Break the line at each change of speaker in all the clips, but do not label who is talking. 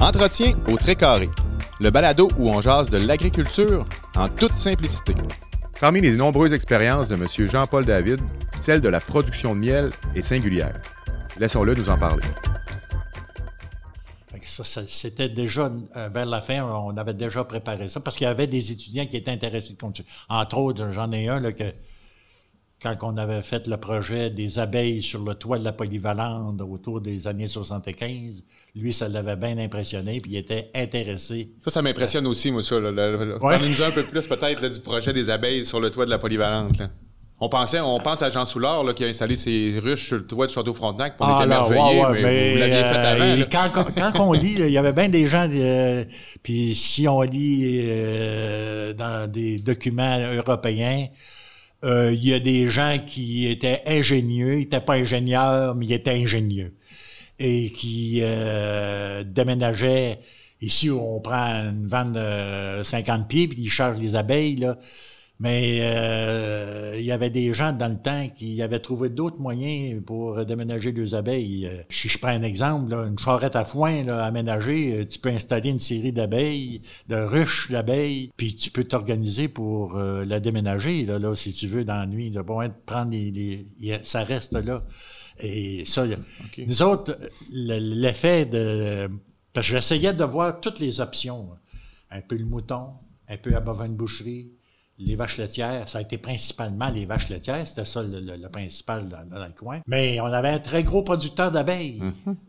Entretien au très carré, le balado où on jase de l'agriculture en toute simplicité. Parmi les nombreuses expériences de M. Jean-Paul David, celle de la production de miel est singulière. Laissons-le nous en parler.
Fait que ça, ça, c'était déjà euh, vers la fin, on avait déjà préparé ça parce qu'il y avait des étudiants qui étaient intéressés de continuer. Entre autres, j'en ai un là, que quand on avait fait le projet des abeilles sur le toit de la polyvalente autour des années 75, lui, ça l'avait bien impressionné, puis il était intéressé.
Ça, ça m'impressionne aussi, moi, ça. là, là, là.
Ouais.
Parlez-nous un peu plus, peut-être, là, du projet des abeilles sur le toit de la polyvalente. là. On, pensait, on pense à Jean Soulard là, qui a installé ses ruches sur le toit du Château-Frontenac. puis On était
Ah, là, ouais,
merveilleux,
ouais,
mais, vous l'aviez fait
euh,
avant.
et
là.
quand, quand- quand on lit, là, il y avait bien des gens, euh, puis si on lit euh, dans des documents européens, euh, il y a des gens qui étaient ingénieux, ils n'étaient pas ingénieurs, mais ils étaient ingénieux, et qui euh, déménageaient. Ici, on prend une vanne de 50 pieds, puis ils chargent les abeilles, là. Mais euh, il y avait des gens dans le temps qui avaient trouvé d'autres moyens pour déménager les abeilles. Euh, Si je prends un exemple, là, une charrette à foin là, aménagée, euh, tu peux installer une série d'abeilles, de ruches d'abeilles, puis tu peux t'organiser pour euh, la déménager, là, là, si tu veux, dans la nuit. Là, bon, hein, prendre les, les- y a- ça reste là. Et ça, nous autres, le- l'effet de... Parce que j'essayais de voir toutes les options. là. Un peu le mouton, un peu à bovin de boucherie, les vaches laitières, ça a été principalement les vaches laitières, c'était ça le, le- le principal dans, dans le coin. Mais on avait un très gros producteur d'abeilles,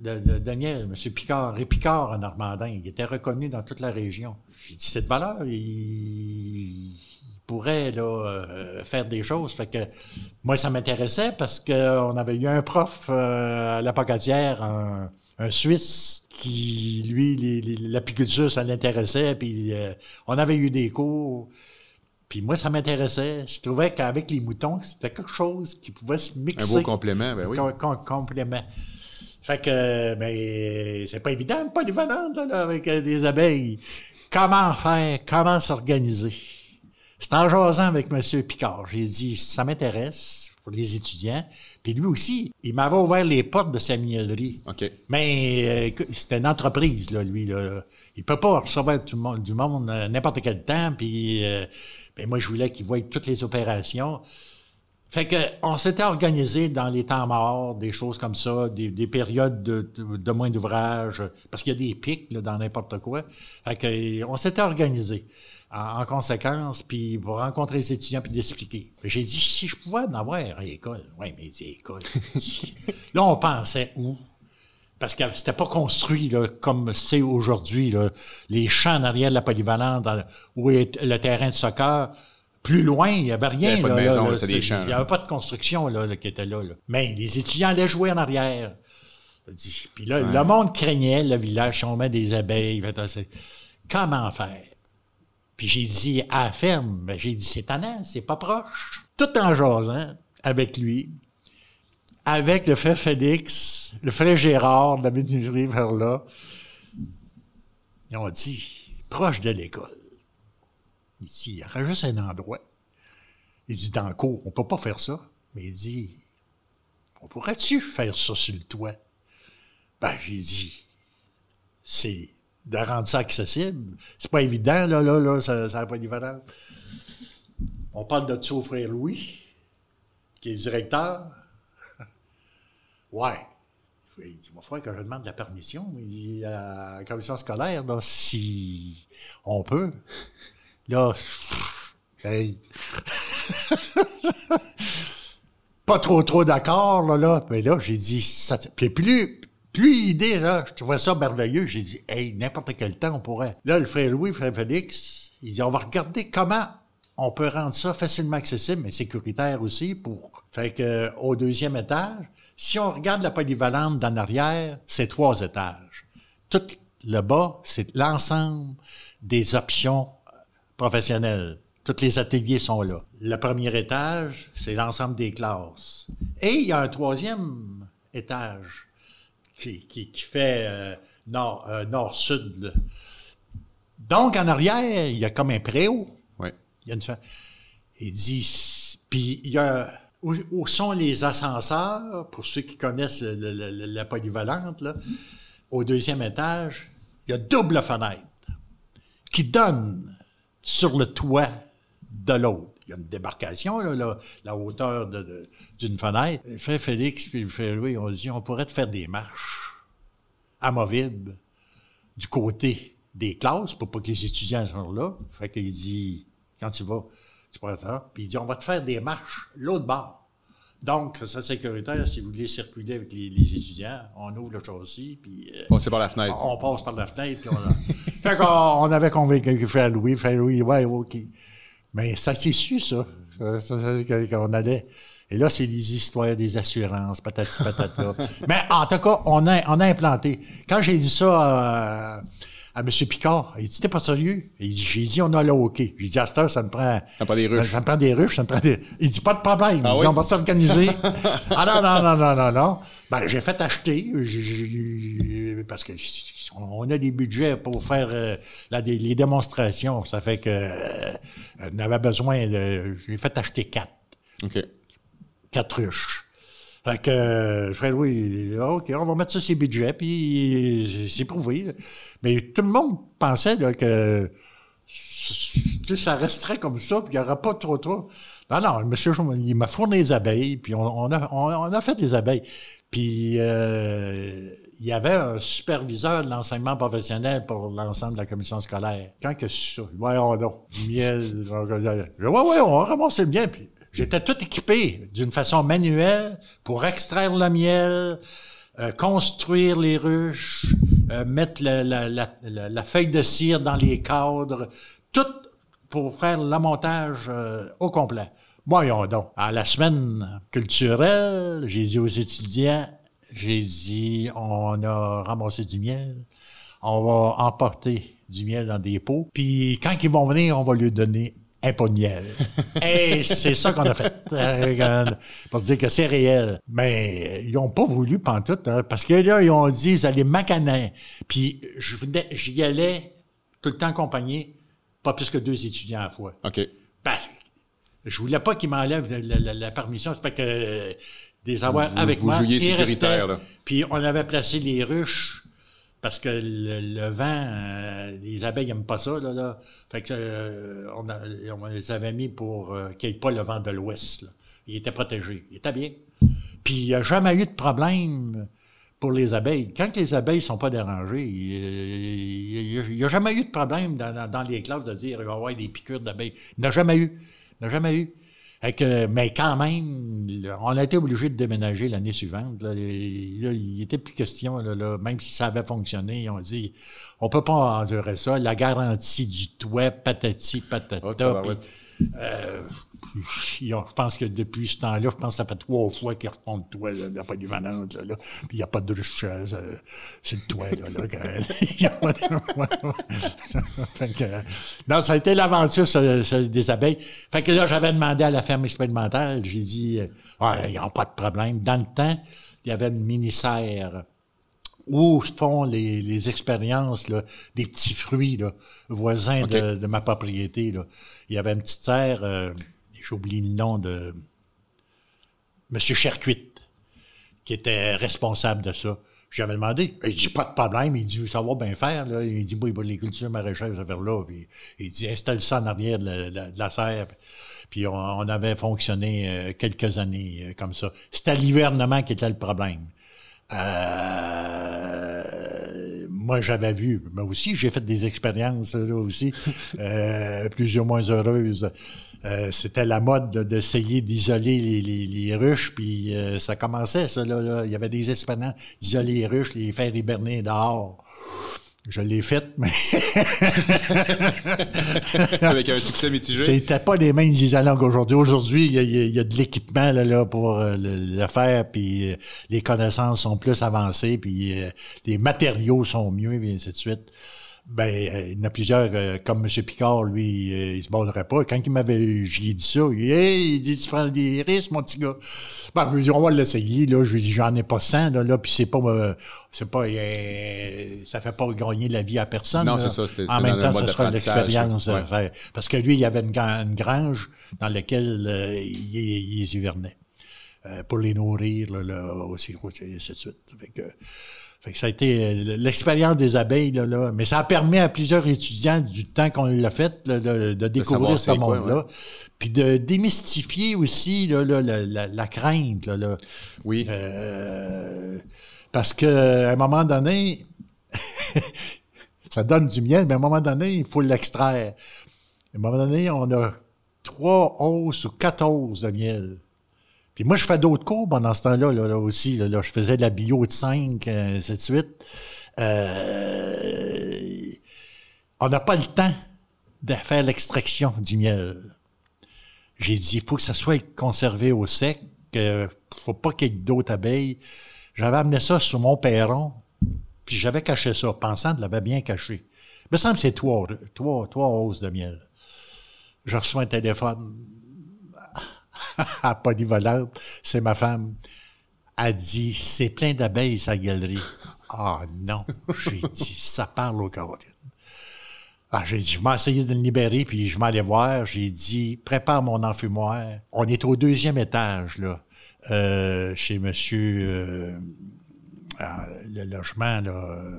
de, de- de miel, M. Picard, et Picard en Normandin, il était reconnu dans toute la région. J'ai dit, cette valeur, il, il pourrait là, euh, faire des choses. Fait que moi, ça m'intéressait parce qu'on avait eu un prof euh, à la Pocatière, un, un Suisse, qui, lui, les- les- l'apiculture, ça l'intéressait. Puis euh, on avait eu des cours. Puis moi, ça m'intéressait. Je trouvais qu'avec les moutons, c'était quelque chose qui pouvait se
Un
mixer.
beau complément, ben oui.
Com- com- complément. Fait que, mais c'est pas évident, pas évident, là, là, avec euh, des abeilles. Comment faire? Comment s'organiser? C'est en jasant avec M. Picard. J'ai dit, ça m'intéresse pour les étudiants. Puis lui aussi, il m'avait ouvert les portes de sa miellerie.
OK.
Mais euh, écoute, c'était une entreprise, là, lui. Là. Il peut pas recevoir tout le monde- du monde euh, n'importe quel temps. Puis euh, ben, moi, je voulais qu'il voie toutes les opérations. Fait que on s'était organisé dans les temps morts, des choses comme ça, des, des périodes de, de- de moins d'ouvrage, parce qu'il y a des pics là, dans n'importe quoi. Fait que euh, on s'était organisé en, en conséquence, puis pour rencontrer les étudiants puis d'expliquer. J'ai dit si je pouvais en avoir à l'école. Oui, mais il dit, école. là, on pensait où? Parce que c'était pas construit là, comme c'est aujourd'hui. là. Les champs en arrière de la polyvalente, dans- où est le terrain de soccer, plus loin, il n'y avait rien.
Il y avait pas de
là, là,
maison,
là,
là, c'était des
c'est-
champs,
Il n'y
là.
avait pas de construction là, là, qui était là, là. Mais les étudiants allaient jouer en arrière. Je dis, Puis là, le monde craignait le village, si on met des abeilles, fait, ah, c'est- comment faire? Puis j'ai dit à la ferme, ben, j'ai dit c'est tannant, c'est pas proche. Tout en jasant avec lui, avec le frère Félix, le frère Gérard, de la menuiserie vers là, ils ont dit proche de l'école. Il dit il y aurait juste un endroit. Il dit dans le cours, on peut pas faire ça. Mais il dit on pourrait-tu faire ça sur le toit? Ben, j'ai dit c'est de rendre ça accessible. C'est pas évident, là, là, là, ça n'a pas d'évidence. On parle de ça au frère Louis, qui est directeur. ouais. Il dit, il va falloir que je demande la permission. Il dit, à la commission scolaire, là, si on peut. Là, pff, hey. pas trop, trop d'accord, là, là. Mais là, j'ai dit, ça, puis plus, plus l'idée, là, je trouvais ça merveilleux. J'ai dit, hey, n'importe quel temps, on pourrait. Là, le frère Louis, le frère Félix, ils dit, on va regarder comment on peut rendre ça facilement accessible, mais sécuritaire aussi pour, fait que, euh, au deuxième étage, si on regarde la polyvalente d'en arrière, c'est trois étages. Tout le bas, c'est l'ensemble des options professionnels. Tous les ateliers sont là. Le premier étage, c'est l'ensemble des classes. Et il y a un troisième étage qui, qui- qui fait euh, nord- euh, nord-sud. là. Donc, en arrière, il y a comme un préau.
Ouais.
Il y a une fa- Il dit. Puis il y a. Où, où sont les ascenseurs, pour ceux qui connaissent le- le- le- la polyvalente, là, au deuxième étage, il y a double fenêtre qui donne sur le toit de l'autre. Il y a une démarcation, là, là, la hauteur de- de- d'une fenêtre. Il fait Félix, puis il fait Louis, on dit, on pourrait te faire des marches amovibles du côté des classes pour pas que les étudiants sont là. Fait qu'il dit, quand tu vas, tu prends ça, puis il dit, on va te faire des marches l'autre bord. Donc, ça c'est sécuritaire, si vous voulez circuler avec les, les étudiants, on ouvre le châssis, puis... euh,
Passer par la fenêtre.
on passe par la fenêtre. Puis on... fait qu'on on avait convaincu que faire Louis, faire Louis, ouais, OK. Mais ça s'est su, ça. Ça, ça, ça, que- qu'on allait. Et là, c'est les histoires des assurances, patati patata. Mais en tout cas, on a, on a implanté. Quand j'ai dit ça à, à M. Picard, il dit T'es pas sérieux Il dit, J'ai dit, on a le hockey. J'ai dit À cette heure, ça me prend.
Ça me prend des ruches.
Ça me prend des ruches, ça me prend des. Il dit Pas de problème.
Ah
Il dit,
oui?
On va s'organiser. ah non, non, non, non, non, non. Ben, j'ai fait acheter, j'ai- j'ai- parce que on a des budgets pour faire euh, la- des- les démonstrations. Ça fait que euh, on avait besoin de. J'ai fait acheter quatre.
OK.
Quatre ruches. Fait que euh, je fais oui, OK, on va mettre ça sur les budgets, puis c'est prouvé. Mais tout le monde pensait là, que tu sais, ça resterait comme ça, puis il n'y aurait pas trop trop. Non, non, le monsieur, il m'a fourni des abeilles, puis on, on a, on, on a fait des abeilles. Puis euh, il y avait un superviseur de l'enseignement professionnel pour l'ensemble de la commission scolaire. Quand que c'est ça? Voyons donc, miel. Oui, oui, on ramasse le miel. Puis j'étais tout équipé d'une façon manuelle pour extraire le miel, euh, construire les ruches, euh, mettre la, la- la- la- la feuille de cire dans les cadres, tout pour faire le montage euh, au complet. Voyons donc, à la semaine culturelle, j'ai dit aux étudiants, j'ai dit, on a ramassé du miel, on va emporter du miel dans des pots, puis quand ils vont venir, on va lui donner un pot de miel. Et c'est ça qu'on a fait. Euh, Pour dire que c'est réel. Mais ils n'ont pas voulu pantoute, hein, parce que là, ils ont dit, vous allez macaner. Puis je venais- j'y allais tout le temps accompagné, pas plus que deux étudiants à la fois.
OK.
Parce que Ben, je voulais pas qu'ils m'enlèvent la, la- la permission. Ça fait que euh, des avoir
Vous-
avec
vous
moi.
jouiez
ils
sécuritaire,
restaient.
là.
Puis on avait placé les ruches parce que le, le vent, euh, les abeilles n'aiment pas ça. Là, là. Fait que euh, on, a- on les avait mis pour euh, qu'il n'y ait pas le vent de l'ouest. là. Ils étaient protégés. Ils étaient bien. Puis il n'y a jamais eu de problème pour les abeilles. Quand les abeilles ne sont pas dérangées, il n'y a, jamais eu de problème dans, dans- dans les classes de dire il va y avoir des piqûres d'abeilles. Il n'y en a jamais eu. Il n'y en a jamais eu. Fait que, mais quand même, là, on a été obligé de déménager l'année suivante. là. Et là, il n'était plus question, là, là, même si ça avait fonctionné, on dit on peut pas endurer ça. La garantie du toit, patati, patata.
Oh, tabarouette.
puis- ils ont- je pense que depuis ce temps-là, je pense que ça fait trois fois qu'ils refont le toit, là, la polyvalente, là, là. Puis il n'y a pas de ruche, euh, c'est le toit, là, là, que- il y a pas de- Fait que, euh, non, ça a été l'aventure ça, ça, des abeilles. Fait que là, j'avais demandé à la ferme expérimentale, j'ai dit, euh, ouais, ils n'ont pas de problème. Dans le temps, il y avait une mini-serre où font les, les expériences là, des petits fruits là, voisins de, de ma propriété. Là. Il y avait une petite serre, euh, j'ai oublié le nom de Monsieur Chercuit, qui était responsable de ça. J'avais demandé. Il dit pas de problème. Il dit ça va bien faire. Là. Il dit moi, il va les cultures maraîchères, ça faire là. Puis, il dit installe ça en arrière de la, de la- de la serre. Puis on, on avait fonctionné euh, quelques années euh, comme ça. C'était l'hivernement qui était le problème. Euh, moi, j'avais vu, moi aussi, j'ai fait des expériences là aussi, euh, plus ou moins heureuses. Euh, C'était la mode de- d'essayer d'isoler les, les- les ruches, puis euh, ça commençait, ça. Là, là. Il y avait des expériences d'isoler les ruches, les faire hiberner dehors. Je l'ai fait, mais Ah.
Avec un succès mitigé.
C'était pas les mêmes isolants qu'aujourd'hui. Aujourd'hui, il y a, il y a- il y a de l'équipement là, là, pour euh, le, le faire, puis euh, les connaissances sont plus avancées, puis euh, les matériaux sont mieux, et ainsi de suite. Ben, euh, il y en a plusieurs, euh, comme M. Picard, lui, euh, il se bornerait pas. Quand il m'avait, j'ai dit ça, il dit, Hey, il dit, tu prends des risques, mon petit gars. Ben, je lui ai dit, on va l'essayer, là. Je lui ai dit, j'en ai pas 100, là, là, puis c'est pas, euh, c'est pas, euh, ça fait pas gagner la vie à personne.
Non,
là.
c'est ça, c'était-
En
c'était
même
dans
temps,
le mode
ça sera de
d'apprentissage,
l'expérience.
ouais.
euh, faire. Parce que lui, il y avait une, gra- une grange dans laquelle euh, il, il- il hivernait. euh, pour les nourrir, là, là, aussi, et ainsi de suite. Fait que, fait que ça a été euh, l'expérience des abeilles, là, là. Mais ça a permis à plusieurs étudiants du temps qu'on l'a fait là, de, de,
savoir
découvrir ce
c'est quoi,
monde-là.
ouais.
Puis de démystifier aussi là, là, la, la- la crainte. Là, là.
Oui.
Euh, parce que à un moment donné, ça donne du miel, mais à un moment donné, il faut l'extraire. À un moment donné, on a trois hausses ou quatre hausses de miel. Puis moi, je fais d'autres cours pendant ce temps-là là, là aussi. Là, là. je faisais de la bio de 5, ainsi de suite. Euh, on n'a pas le temps de faire l'extraction du miel. J'ai dit, il faut que ça soit conservé au sec, ne faut pas qu'il y ait d'autres abeilles. J'avais amené ça sur mon perron, puis j'avais caché ça, pensant que je l'avais bien caché. Il me semble que c'est trois, trois, trois hausses de miel. Je reçois un téléphone à polyvalente, c'est ma femme. a dit, c'est plein d'abeilles, sa galerie. Ah non, j'ai dit, ça parle aux Caroline. Ah, j'ai dit, je vais essayer de le libérer, puis je vais aller voir. J'ai dit, prépare mon enfumoir. On est au deuxième étage, là, euh, chez monsieur... euh, ah, le logement, là, euh,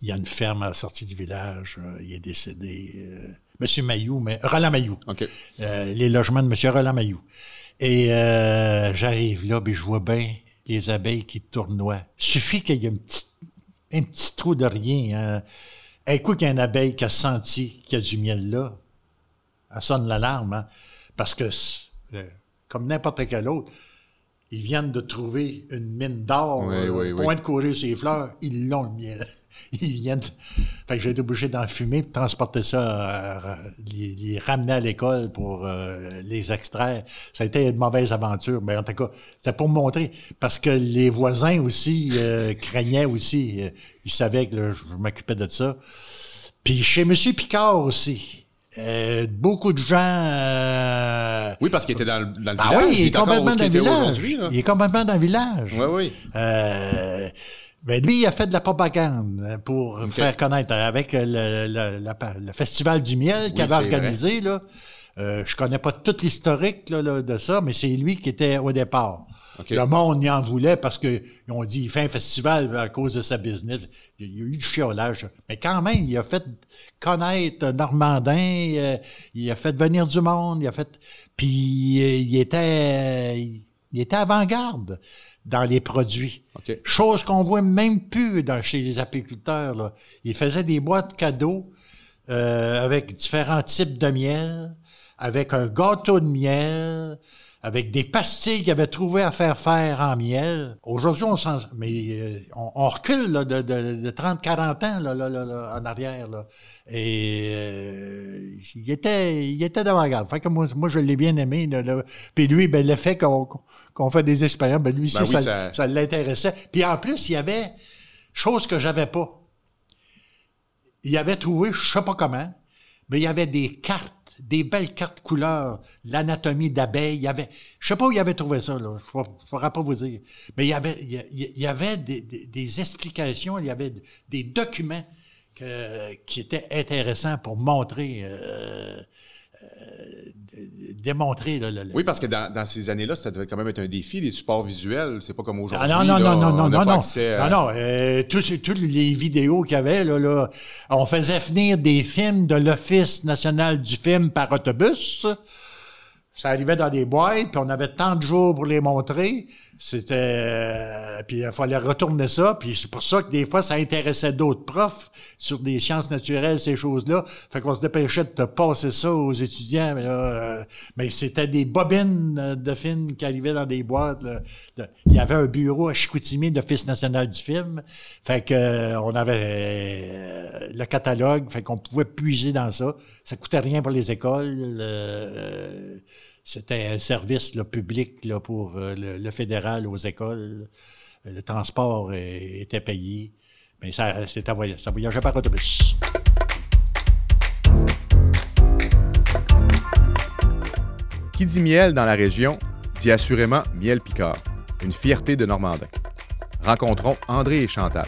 il y a une ferme à la sortie du village. euh, il est décédé. euh, monsieur Mayou, mais Roland Mayou.
OK.
Euh, les logements de Monsieur Roland Mayou. Et euh, j'arrive là, puis je vois bien les abeilles qui tournoient. Suffit qu'il y ait un petit, un petit trou de rien. hein. Un coup qu'il y a une abeille qui a senti qu'il y a du miel là, elle sonne l'alarme, hein, parce que, c'est- euh, comme n'importe quel autre, ils viennent de trouver une mine d'or,
Oui,
euh,
oui, oui.
point de courir sur les fleurs, ils l'ont le miel. Ils viennent. Fait que j'ai été obligé d'en fumer, de transporter ça, euh, les, les ramener à l'école pour euh, les extraire. Ça a été une mauvaise aventure, mais en tout cas, c'était pour me montrer. Parce que les voisins aussi euh, craignaient aussi. euh, Ils savaient que là, je je m'occupais de ça. Puis chez M. Picard aussi. euh, beaucoup de gens. euh,
Oui, parce qu'il était dans le, dans le
ah
village.
oui, il est
encore où
complètement
ce
dans le
qu'il était
village.
aujourd'hui, là.
Il est complètement dans le village.
Oui, oui.
Euh, mais lui, il a fait de la propagande hein, pour faire connaître euh, avec le, le- la pa- le Festival du Miel qu'il
Oui,
avait
c'est
organisé. Là. Euh, je connais pas tout l'historique là, là, de ça, mais c'est lui qui était au départ.
OK.
Le monde y en voulait parce qu'ils ont dit il fait un festival à cause de sa business. Il y a eu du chiolage. Mais quand même, il a fait connaître Normandin, euh, il a fait venir du monde, il a fait. Puis euh, il était il était avant-garde dans les produits.
OK.
Chose qu'on voit même plus dans, chez les apiculteurs. Là. Ils faisaient des boîtes cadeaux euh, avec différents types de miel, avec un gâteau de miel, avec des pastilles qu'ils avaient trouvé à faire faire en miel. Aujourd'hui, on, s'en- mais, euh, on, on recule là, de, de, 30-40 ans là, là, là, là, en arrière. Là. Et euh, il était, il était d'avant-garde. Fait que moi, moi, je l'ai bien aimé. là, là. Puis lui, ben, le fait qu'on qu'on fait des expériences, ben, lui,
Ben
aussi,
oui,
ça,
ça-
ça l'intéressait. Puis en plus, il y avait chose que j'avais pas. Il avait trouvé, je sais pas comment, mais il y avait des cartes, des belles cartes couleurs, l'anatomie d'abeilles. Il y avait, je sais pas où il avait trouvé ça, là. Je ne pourrais pas vous dire. Mais il y avait, il y a- il y avait des, des- des explications, il y avait des documents que- qui étaient intéressants pour montrer, euh, euh, d- démontrer là, le- le-
Oui, parce que dans, dans ces années-là, ça devait quand même être un défi, les supports visuels. C'est pas comme
Ah
aujourd'hui.
non, non,
là,
non, non,
on
non,
n'a
non,
pas
non.
accès
Non,
à-
non, euh, tous- toutes les vidéos qu'il y avait, là, là, on faisait venir des films de l'Office national du film par autobus. Ça arrivait dans des boîtes, puis on avait tant de jours pour les montrer. C'était... euh, puis il fallait retourner ça, puis c'est pour ça que des fois, ça intéressait d'autres profs sur des sciences naturelles, ces choses-là. Fait qu'on se dépêchait de te passer ça aux étudiants. Mais, là, euh, mais c'était des bobines euh, de films qui arrivaient dans des boîtes. là. De- il y avait un bureau à Chicoutimi, d'Office national du film. Fait que euh, on avait euh, le catalogue, fait qu'on pouvait puiser dans ça. Ça coûtait rien pour les écoles. euh, c'était un service là, public là, pour euh, le, le fédéral aux écoles. Le transport euh, était payé, mais ça, c'était voy- ça voyageait par autobus.
Qui dit miel dans la région dit assurément miel Picard, une fierté de Normandin. Rencontrons André et Chantal.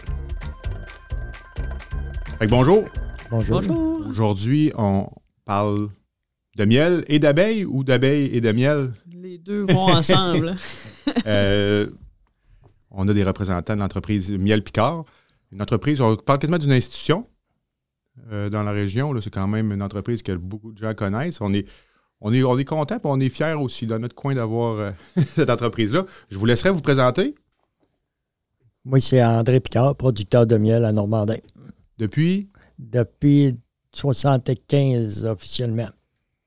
Fait que bonjour.
Bonjour.
Aujourd'hui, on parle de miel et d'abeilles ou d'abeilles et de miel.
Les, les deux vont ensemble.
Euh, on a des représentants de l'entreprise Miel Picard. Une entreprise, on parle quasiment d'une institution euh, dans la région. là. C'est quand même une entreprise que beaucoup de gens connaissent. On est, on est, on est content et on est fiers aussi dans notre coin d'avoir euh, cette entreprise-là. Je vous laisserai vous présenter
Moi, c'est André Picard, producteur de miel à Normandin.
depuis
Depuis 75 officiellement.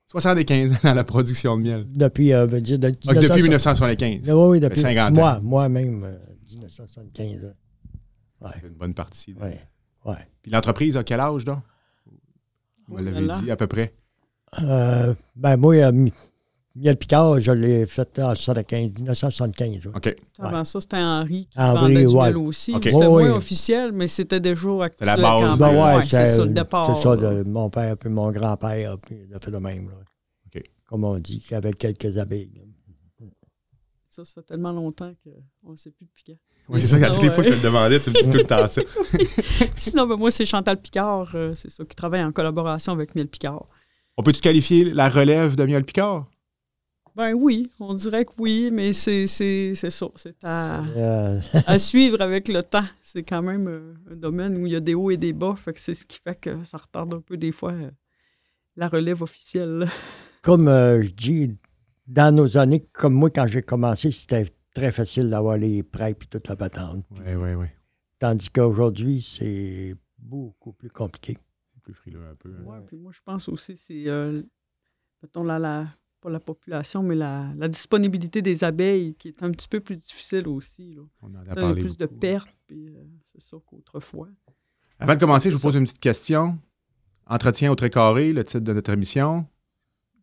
75 dans la production de miel.
Depuis, euh, veut dire, de-
Donc, Ah, depuis
1960.
1975.
Ah, Oui, oui, depuis.
50 ans.
Moi, moi-même, euh, 1975. là.
C'est Une bonne partie. là.
Ouais, ouais.
Puis l'entreprise a quel âge, donc? Vous
Oh là
l'avez
là.
dit à peu près.
Euh, ben, moi, euh, Mi- Miel Picard, je l'ai fait en 75, 1975. ouais.
OK.
Avant ça, c'était Henri qui
Henri,
vendait du
ouais.
miel aussi.
Ok.
C'était
Ouais,
moins
ouais.
officiel, mais c'était des jours actuels.
la base.
quand même.
Ben ouais,
Ouais, c'est ça le départ.
C'est ça, le- mon père puis mon grand-père, puis il a fait le même. là.
OK.
Comme on dit, avec quelques abeilles. là.
Ça, ça fait tellement longtemps qu'on ne sait plus de Picard.
Oui, c'est ça, à toutes les
Ouais.
fois que je te le demandais, tu me dis tout le temps ça.
Sinon, ben, moi, c'est Chantal Picard, euh, c'est ça, qui travaille en collaboration avec Miel Picard.
On peut-tu qualifier la relève de Miel Picard?
Ben oui, on dirait que oui, mais c'est c'est- c'est ça. C'est à,
Euh,
à suivre avec le temps. C'est quand même euh, un domaine où il y a des hauts et des bas. Fait que c'est ce qui fait que ça retarde un peu des fois euh, la relève officielle. là.
comme euh, je dis, dans nos années, comme moi, quand j'ai commencé, c'était très facile d'avoir les prêts puis toute la patente.
Oui, oui, oui.
Tandis qu'aujourd'hui, c'est beaucoup plus compliqué.
Plus frileux un peu. hein.
Ouais, puis moi, je pense aussi, c'est, euh, mettons, la, la, pas la population, mais la, la disponibilité des abeilles qui est un petit peu plus difficile aussi. Là.
On en a
Ça, il y a
parlé
plus de
beaucoup.
pertes, puis euh, c'est sûr qu'autrefois.
Avant de commencer, je vous
C'est ça.
pose une petite question. Entretien au trait carré, le titre de notre émission.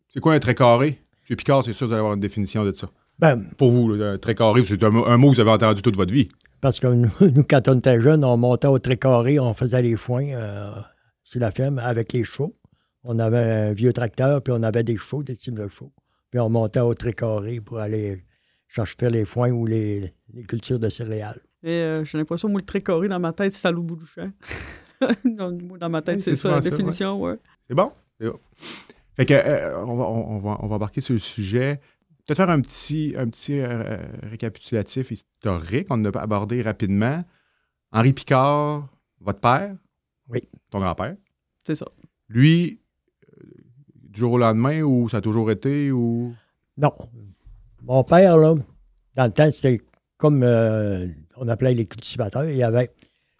C'est quoi un trait carré? Monsieur Picard, c'est sûr que vous allez avoir une définition de ça.
Ben,
Pour vous, là, un trait carré, c'est un, mot- un mot que vous avez entendu toute votre vie.
parce que nous, nous, quand on était jeunes, on montait au tricoré, on faisait les foins euh, sur la ferme avec les chevaux. On avait un vieux tracteur, puis on avait des chevaux, des cibles de chevaux. Puis on montait au tricoré pour aller chercher faire les foins ou les, les cultures de céréales.
Mais euh, j'ai l'impression, moi, le tricoré dans ma tête, c'est à l'eau bout du champ. dans, moi, dans ma tête,
Oui,
c'est
c'est
ça
souvent
la
ça, ouais.
définition. ouais.
C'est bon? C'est bon. Fait que, euh, on, va, on- on va- on va embarquer sur le sujet. Peut-être faire un petit, un petit euh, récapitulatif historique. On en a abordé rapidement. Henri Picard, votre père.
Oui.
Ton grand-père.
C'est ça.
Lui, euh, du jour au lendemain, ou ça a toujours été, ou.
Non. Mon père, là, dans le temps, c'était comme euh, on appelait les cultivateurs. Il y avait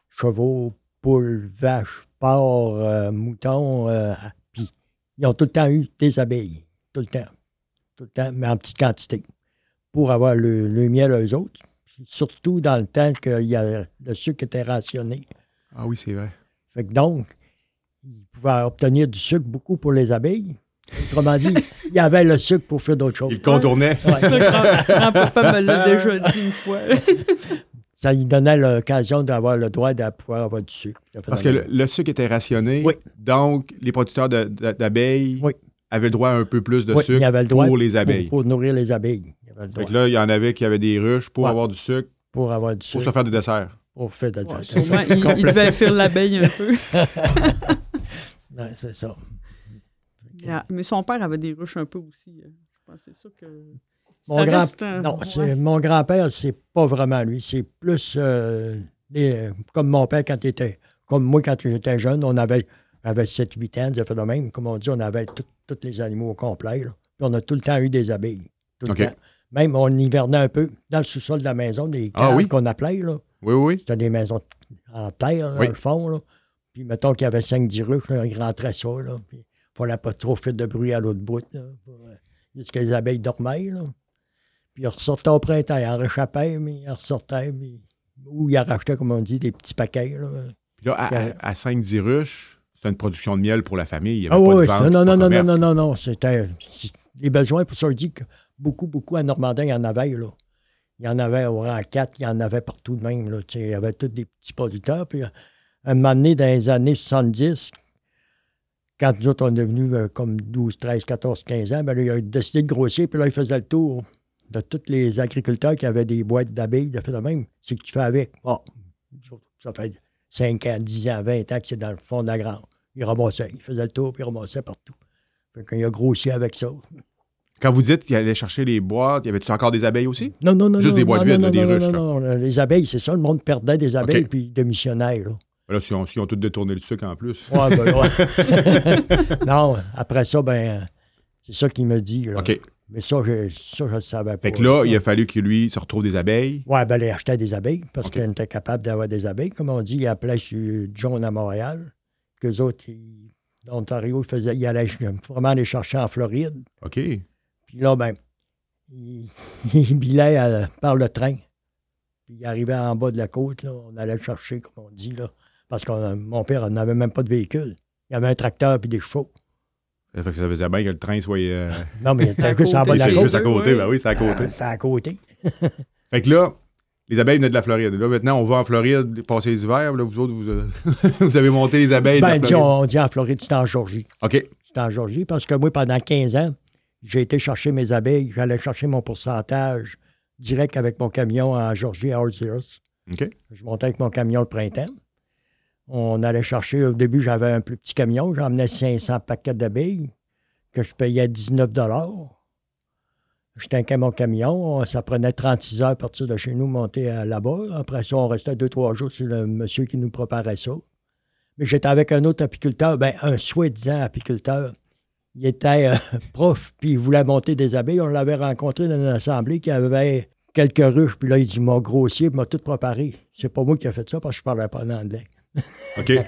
chevaux, poules, vaches, porcs, euh, moutons. euh, puis ils ont tout le temps eu des abeilles. Tout le temps. Tout le temps, mais en petite quantité. Pour avoir le, le miel eux autres. Surtout dans le temps que il y avait- le sucre était rationné.
Ah oui, c'est vrai.
Fait que donc, ils pouvaient obtenir du sucre beaucoup pour les abeilles. Autrement dit, il y avait le sucre pour faire d'autres choses.
Il contournait.
Ouais.
Ça, grand- Grand-papa me l'a déjà dit une fois.
ça lui donnait l'occasion d'avoir le droit de pouvoir avoir du sucre.
Parce que le, le sucre était rationné.
Oui.
Donc, les producteurs de- de- d'abeilles
Oui.
avaient le droit à un peu plus de
Oui, il
sucre
avait le droit
pour les abeilles.
Pour, pour nourrir les abeilles. Il avait le
Fait
droit
que là, il y en avait qui avaient des ruches pour
Ouais.
avoir du sucre,
pour avoir du
pour
sucre.
se faire des desserts.
Pour faire de
Ouais,
c'est
sûrement,
ça.
il, il devait faire l'abeille un peu.
Ouais, c'est ça.
Yeah. Ah, Mais son père avait des ruches un peu aussi. euh. Je pense que c'est ça que.
Mon
ça
grand-
reste un-
Non,
ouais.
c'est- mon grand-père, c'est pas vraiment lui. C'est plus euh, les- comme mon père quand il était. Comme moi, quand j'étais jeune, on avait, avait 7-8 ans, j'ai fait le même. Comme on dit, on avait tout- tous les animaux au complet. là. Puis on a tout le temps eu des abeilles. Tout le
OK.
temps. Même on hivernait un peu dans le sous-sol de la maison, des
Ah
caves
oui?
qu'on appelait. Là.
Oui, oui.
C'était des maisons en terre, là,
Oui.
dans le fond. Là. Puis mettons qu'il y avait 5-10 ruches, là, ils rentraient ça. Là. Puis il fallait pas trop faire de bruit à l'autre bout. Là, pour, euh, jusqu'à les abeilles dormaient. Là. Puis ils ressortaient au printemps. Ils en réchappaient, mais ils en ressortaient. mais- Ou ils en rachetaient, comme on dit, des petits paquets. Là.
Puis là, à,
Ben,
à- à 5-10 ruches, c'est une production de miel pour la famille. Il y avait
Ah
pas
oui,
de
oui,
vente,
non, non,
pas de
non, non, non,
commerce.
non, non, C'était c'est- les besoins. Pour ça, je dis que beaucoup, beaucoup à Normandin, il y en avait. Là. Il y en avait au rang 4, il y en avait partout de même. Là, tu sais, il y avait tous des petits producteurs. Puis, euh, à un moment donné, dans les années 70, quand nous autres, on est devenus euh, comme 12, 13, 14, 15 ans, ben, là, il a décidé de grossir. Puis là, il faisait le tour de tous les agriculteurs qui avaient des boîtes d'abeilles. de fait le même. C'est que tu fais avec. Ah, ça fait 5 ans, 10 ans, 20 ans que c'est dans le fond de la grange. Il ramassait. Il faisait le tour, puis il ramassait partout. Fait qu'il a grossi avec ça.
Quand vous dites qu'il allait chercher les boîtes, y avait-tu encore des abeilles aussi?
Non, non, non.
Juste
non,
des boîtes
non,
vides,
non,
là, des
non,
ruches,
non, non, Les abeilles, c'est ça. Le monde perdait des abeilles
OK.
puis des missionnaires. Là.
Ben Là, s'ils ont, s'ils ont tout détourné le sucre en plus.
Ouais, ben, ouais. non, après ça, ben, c'est ça qu'il me dit. là.
OK.
Mais ça, je, ça, je le savais pas.
Fait que là, il a fallu qu'il lui se retrouve des abeilles.
Ouais, ben, il achetait des abeilles parce
OK.
qu'il était capable d'avoir des abeilles. Comme on dit, il appelait sur John à Montréal. Qu'eux autres, ils- l'Ontario, ils faisaient- ils allaient vraiment les chercher en Floride.
OK.
Puis là, ben, il, il bilait à- par le train. Puis il arrivait en bas de la côte, là, on allait le chercher, comme on dit, là. Parce que mon père n'avait même pas de véhicule. Il avait un tracteur puis des chevaux.
Ça fait que ça faisait bien que le train soit. euh,
Non, mais il était
À
juste en bas
côté,
de la
il était
côte.
juste à côté.
ouais.
Ben oui, c'est à côté.
Ah, C'est à côté.
Fait que là, les abeilles venaient de la Floride. Là, maintenant, on va en Floride passer les hivers. Là, vous autres, vous, euh, vous avez monté les abeilles. de la
Ben, dis-
Floride.
on dit en Floride, c'est en Georgie.
OK.
C'est en Georgie parce que moi, pendant 15 ans, j'ai été chercher mes abeilles. J'allais chercher mon pourcentage direct avec mon camion en Georgie à Orzios.
OK.
Je montais avec mon camion le printemps. On allait chercher, au début, j'avais un plus petit camion, j'emmenais 500 paquets d'abeilles que je payais 19 Je tanquais mon camion, ça prenait 36 heures à partir de chez nous, monter à là-bas. Après ça, on restait 2-3 jours sur le monsieur qui nous préparait ça. Mais j'étais avec un autre apiculteur, ben, un soi-disant apiculteur. Il était euh, prof, puis il voulait monter des abeilles. On l'avait rencontré dans une assemblée qui avait quelques ruches, puis là, il dit, m'a grossier, puis m'a tout préparé. C'est pas moi qui ai fait ça, parce que je parlais pas en anglais.
OK.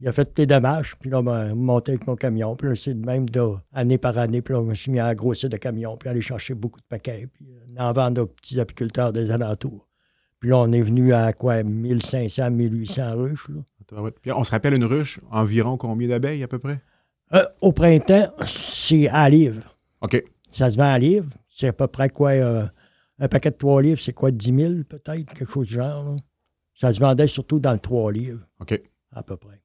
Il a fait toutes les démarches, puis là, ben, monté avec mon camion. Puis là, c'est de même, de, année par année, puis là, je me suis mis à grossir de camion, puis aller chercher beaucoup de paquets, puis euh, en vendre aux petits apiculteurs des alentours. Puis là, on est venu à quoi, 1500, 1800 ruches, là.
Puis on se rappelle une ruche, environ combien d'abeilles à peu près?
Euh, au printemps, c'est à livre.
OK.
Ça se vend à livre. C'est à peu près quoi? euh, un paquet de trois livres, c'est quoi? 10 000 peut-être, quelque chose du genre. là. Ça se vendait surtout dans le trois livres,
OK.
à peu près.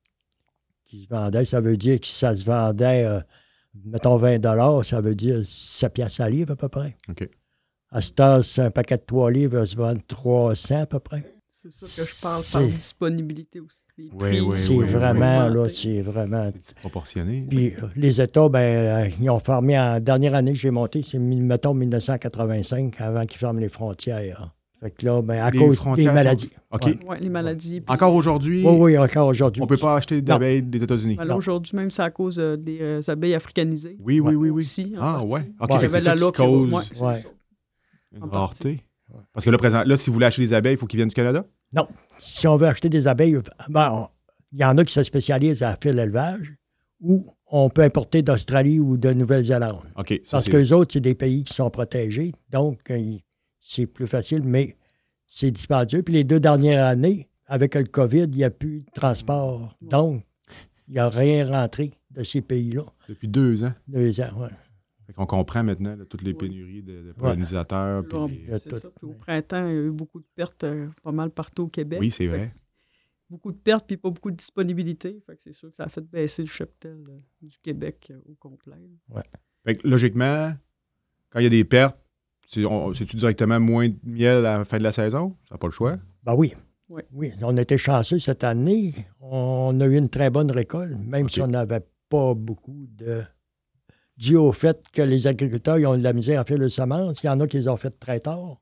Qui se vendait, ça veut dire que si ça se vendait, euh, mettons 20 ça veut dire 7 piastres à livre, à peu près.
OK.
À cette heure, c'est un paquet de trois livres, ça se vend 300 à peu près.
C'est sûr que je parle par
C'est-
disponibilité aussi. Les
Oui,
prix,
Eh oui,
c'est
oui,
vraiment,
oui.
là, c'est vraiment
C'est disproportionné.
Puis euh, les États, ben, euh, ils ont fermé en dernière année que j'ai monté, c'est mi- mettons 1985, avant qu'ils ferment les frontières. Fait que là, ben, à
Les
cause des
frontières sont-
maladies.
OK.
Ouais.
Ouais, les maladies. puis-
Encore aujourd'hui,
Oui, oui, encore aujourd'hui.
on peut pas acheter d'abeilles des États-Unis.
Ben là,
Non.
Aujourd'hui, même, c'est à cause euh, des euh, abeilles africanisées.
Oui, oui, oui, oui.
Aussi, en
ah,
partie.
ouais. OK,
Ouais.
fait que
Il y
c'est
avait
ça
la
qui
loi qui-
cause
ouais, c'est
Ouais.
ça.
une
en partie.
rareté. Parce que là, présent, là, si vous voulez acheter des abeilles, il faut qu'ils viennent du Canada?
Si on veut acheter des abeilles, ben, on- il y en a qui se spécialisent à faire l'élevage, ou on peut importer d'Australie ou de Nouvelle-Zélande.
OK. Ça,
Parce
c'est-
que les autres, c'est des pays qui sont protégés, donc euh, il- c'est plus facile, mais c'est dispendieux. Puis les deux dernières années, avec le COVID, il n'y a plus de transport.
Mm.
Donc, il n'y a rien rentré de ces pays-là.
Depuis deux ans.
Deux ans, ouais.
on comprend maintenant là, toutes les pénuries de, de pollinisateurs.
Là,
Ah, puis-
Il y a
c'est
tout.
ça. Puis au printemps, il y a eu beaucoup de pertes euh, pas mal partout au Québec.
Oui, c'est
Fait que
vrai.
Beaucoup de pertes, puis pas beaucoup de disponibilité. Fait que c'est sûr que ça a fait baisser le cheptel euh, du Québec euh, au complet.
Fait que, logiquement, quand il y a des pertes, c'est- on- c'est-tu directement moins de miel à la fin de la saison? Ça n'a pas le choix.
Ben oui.
Ouais.
Oui, on était chanceux cette année. On a eu une très bonne récolte, même
OK.
si on n'avait pas beaucoup de. Dû au fait que les agriculteurs ils ont de la misère à faire le semence, il y en a qui les ont fait très tard.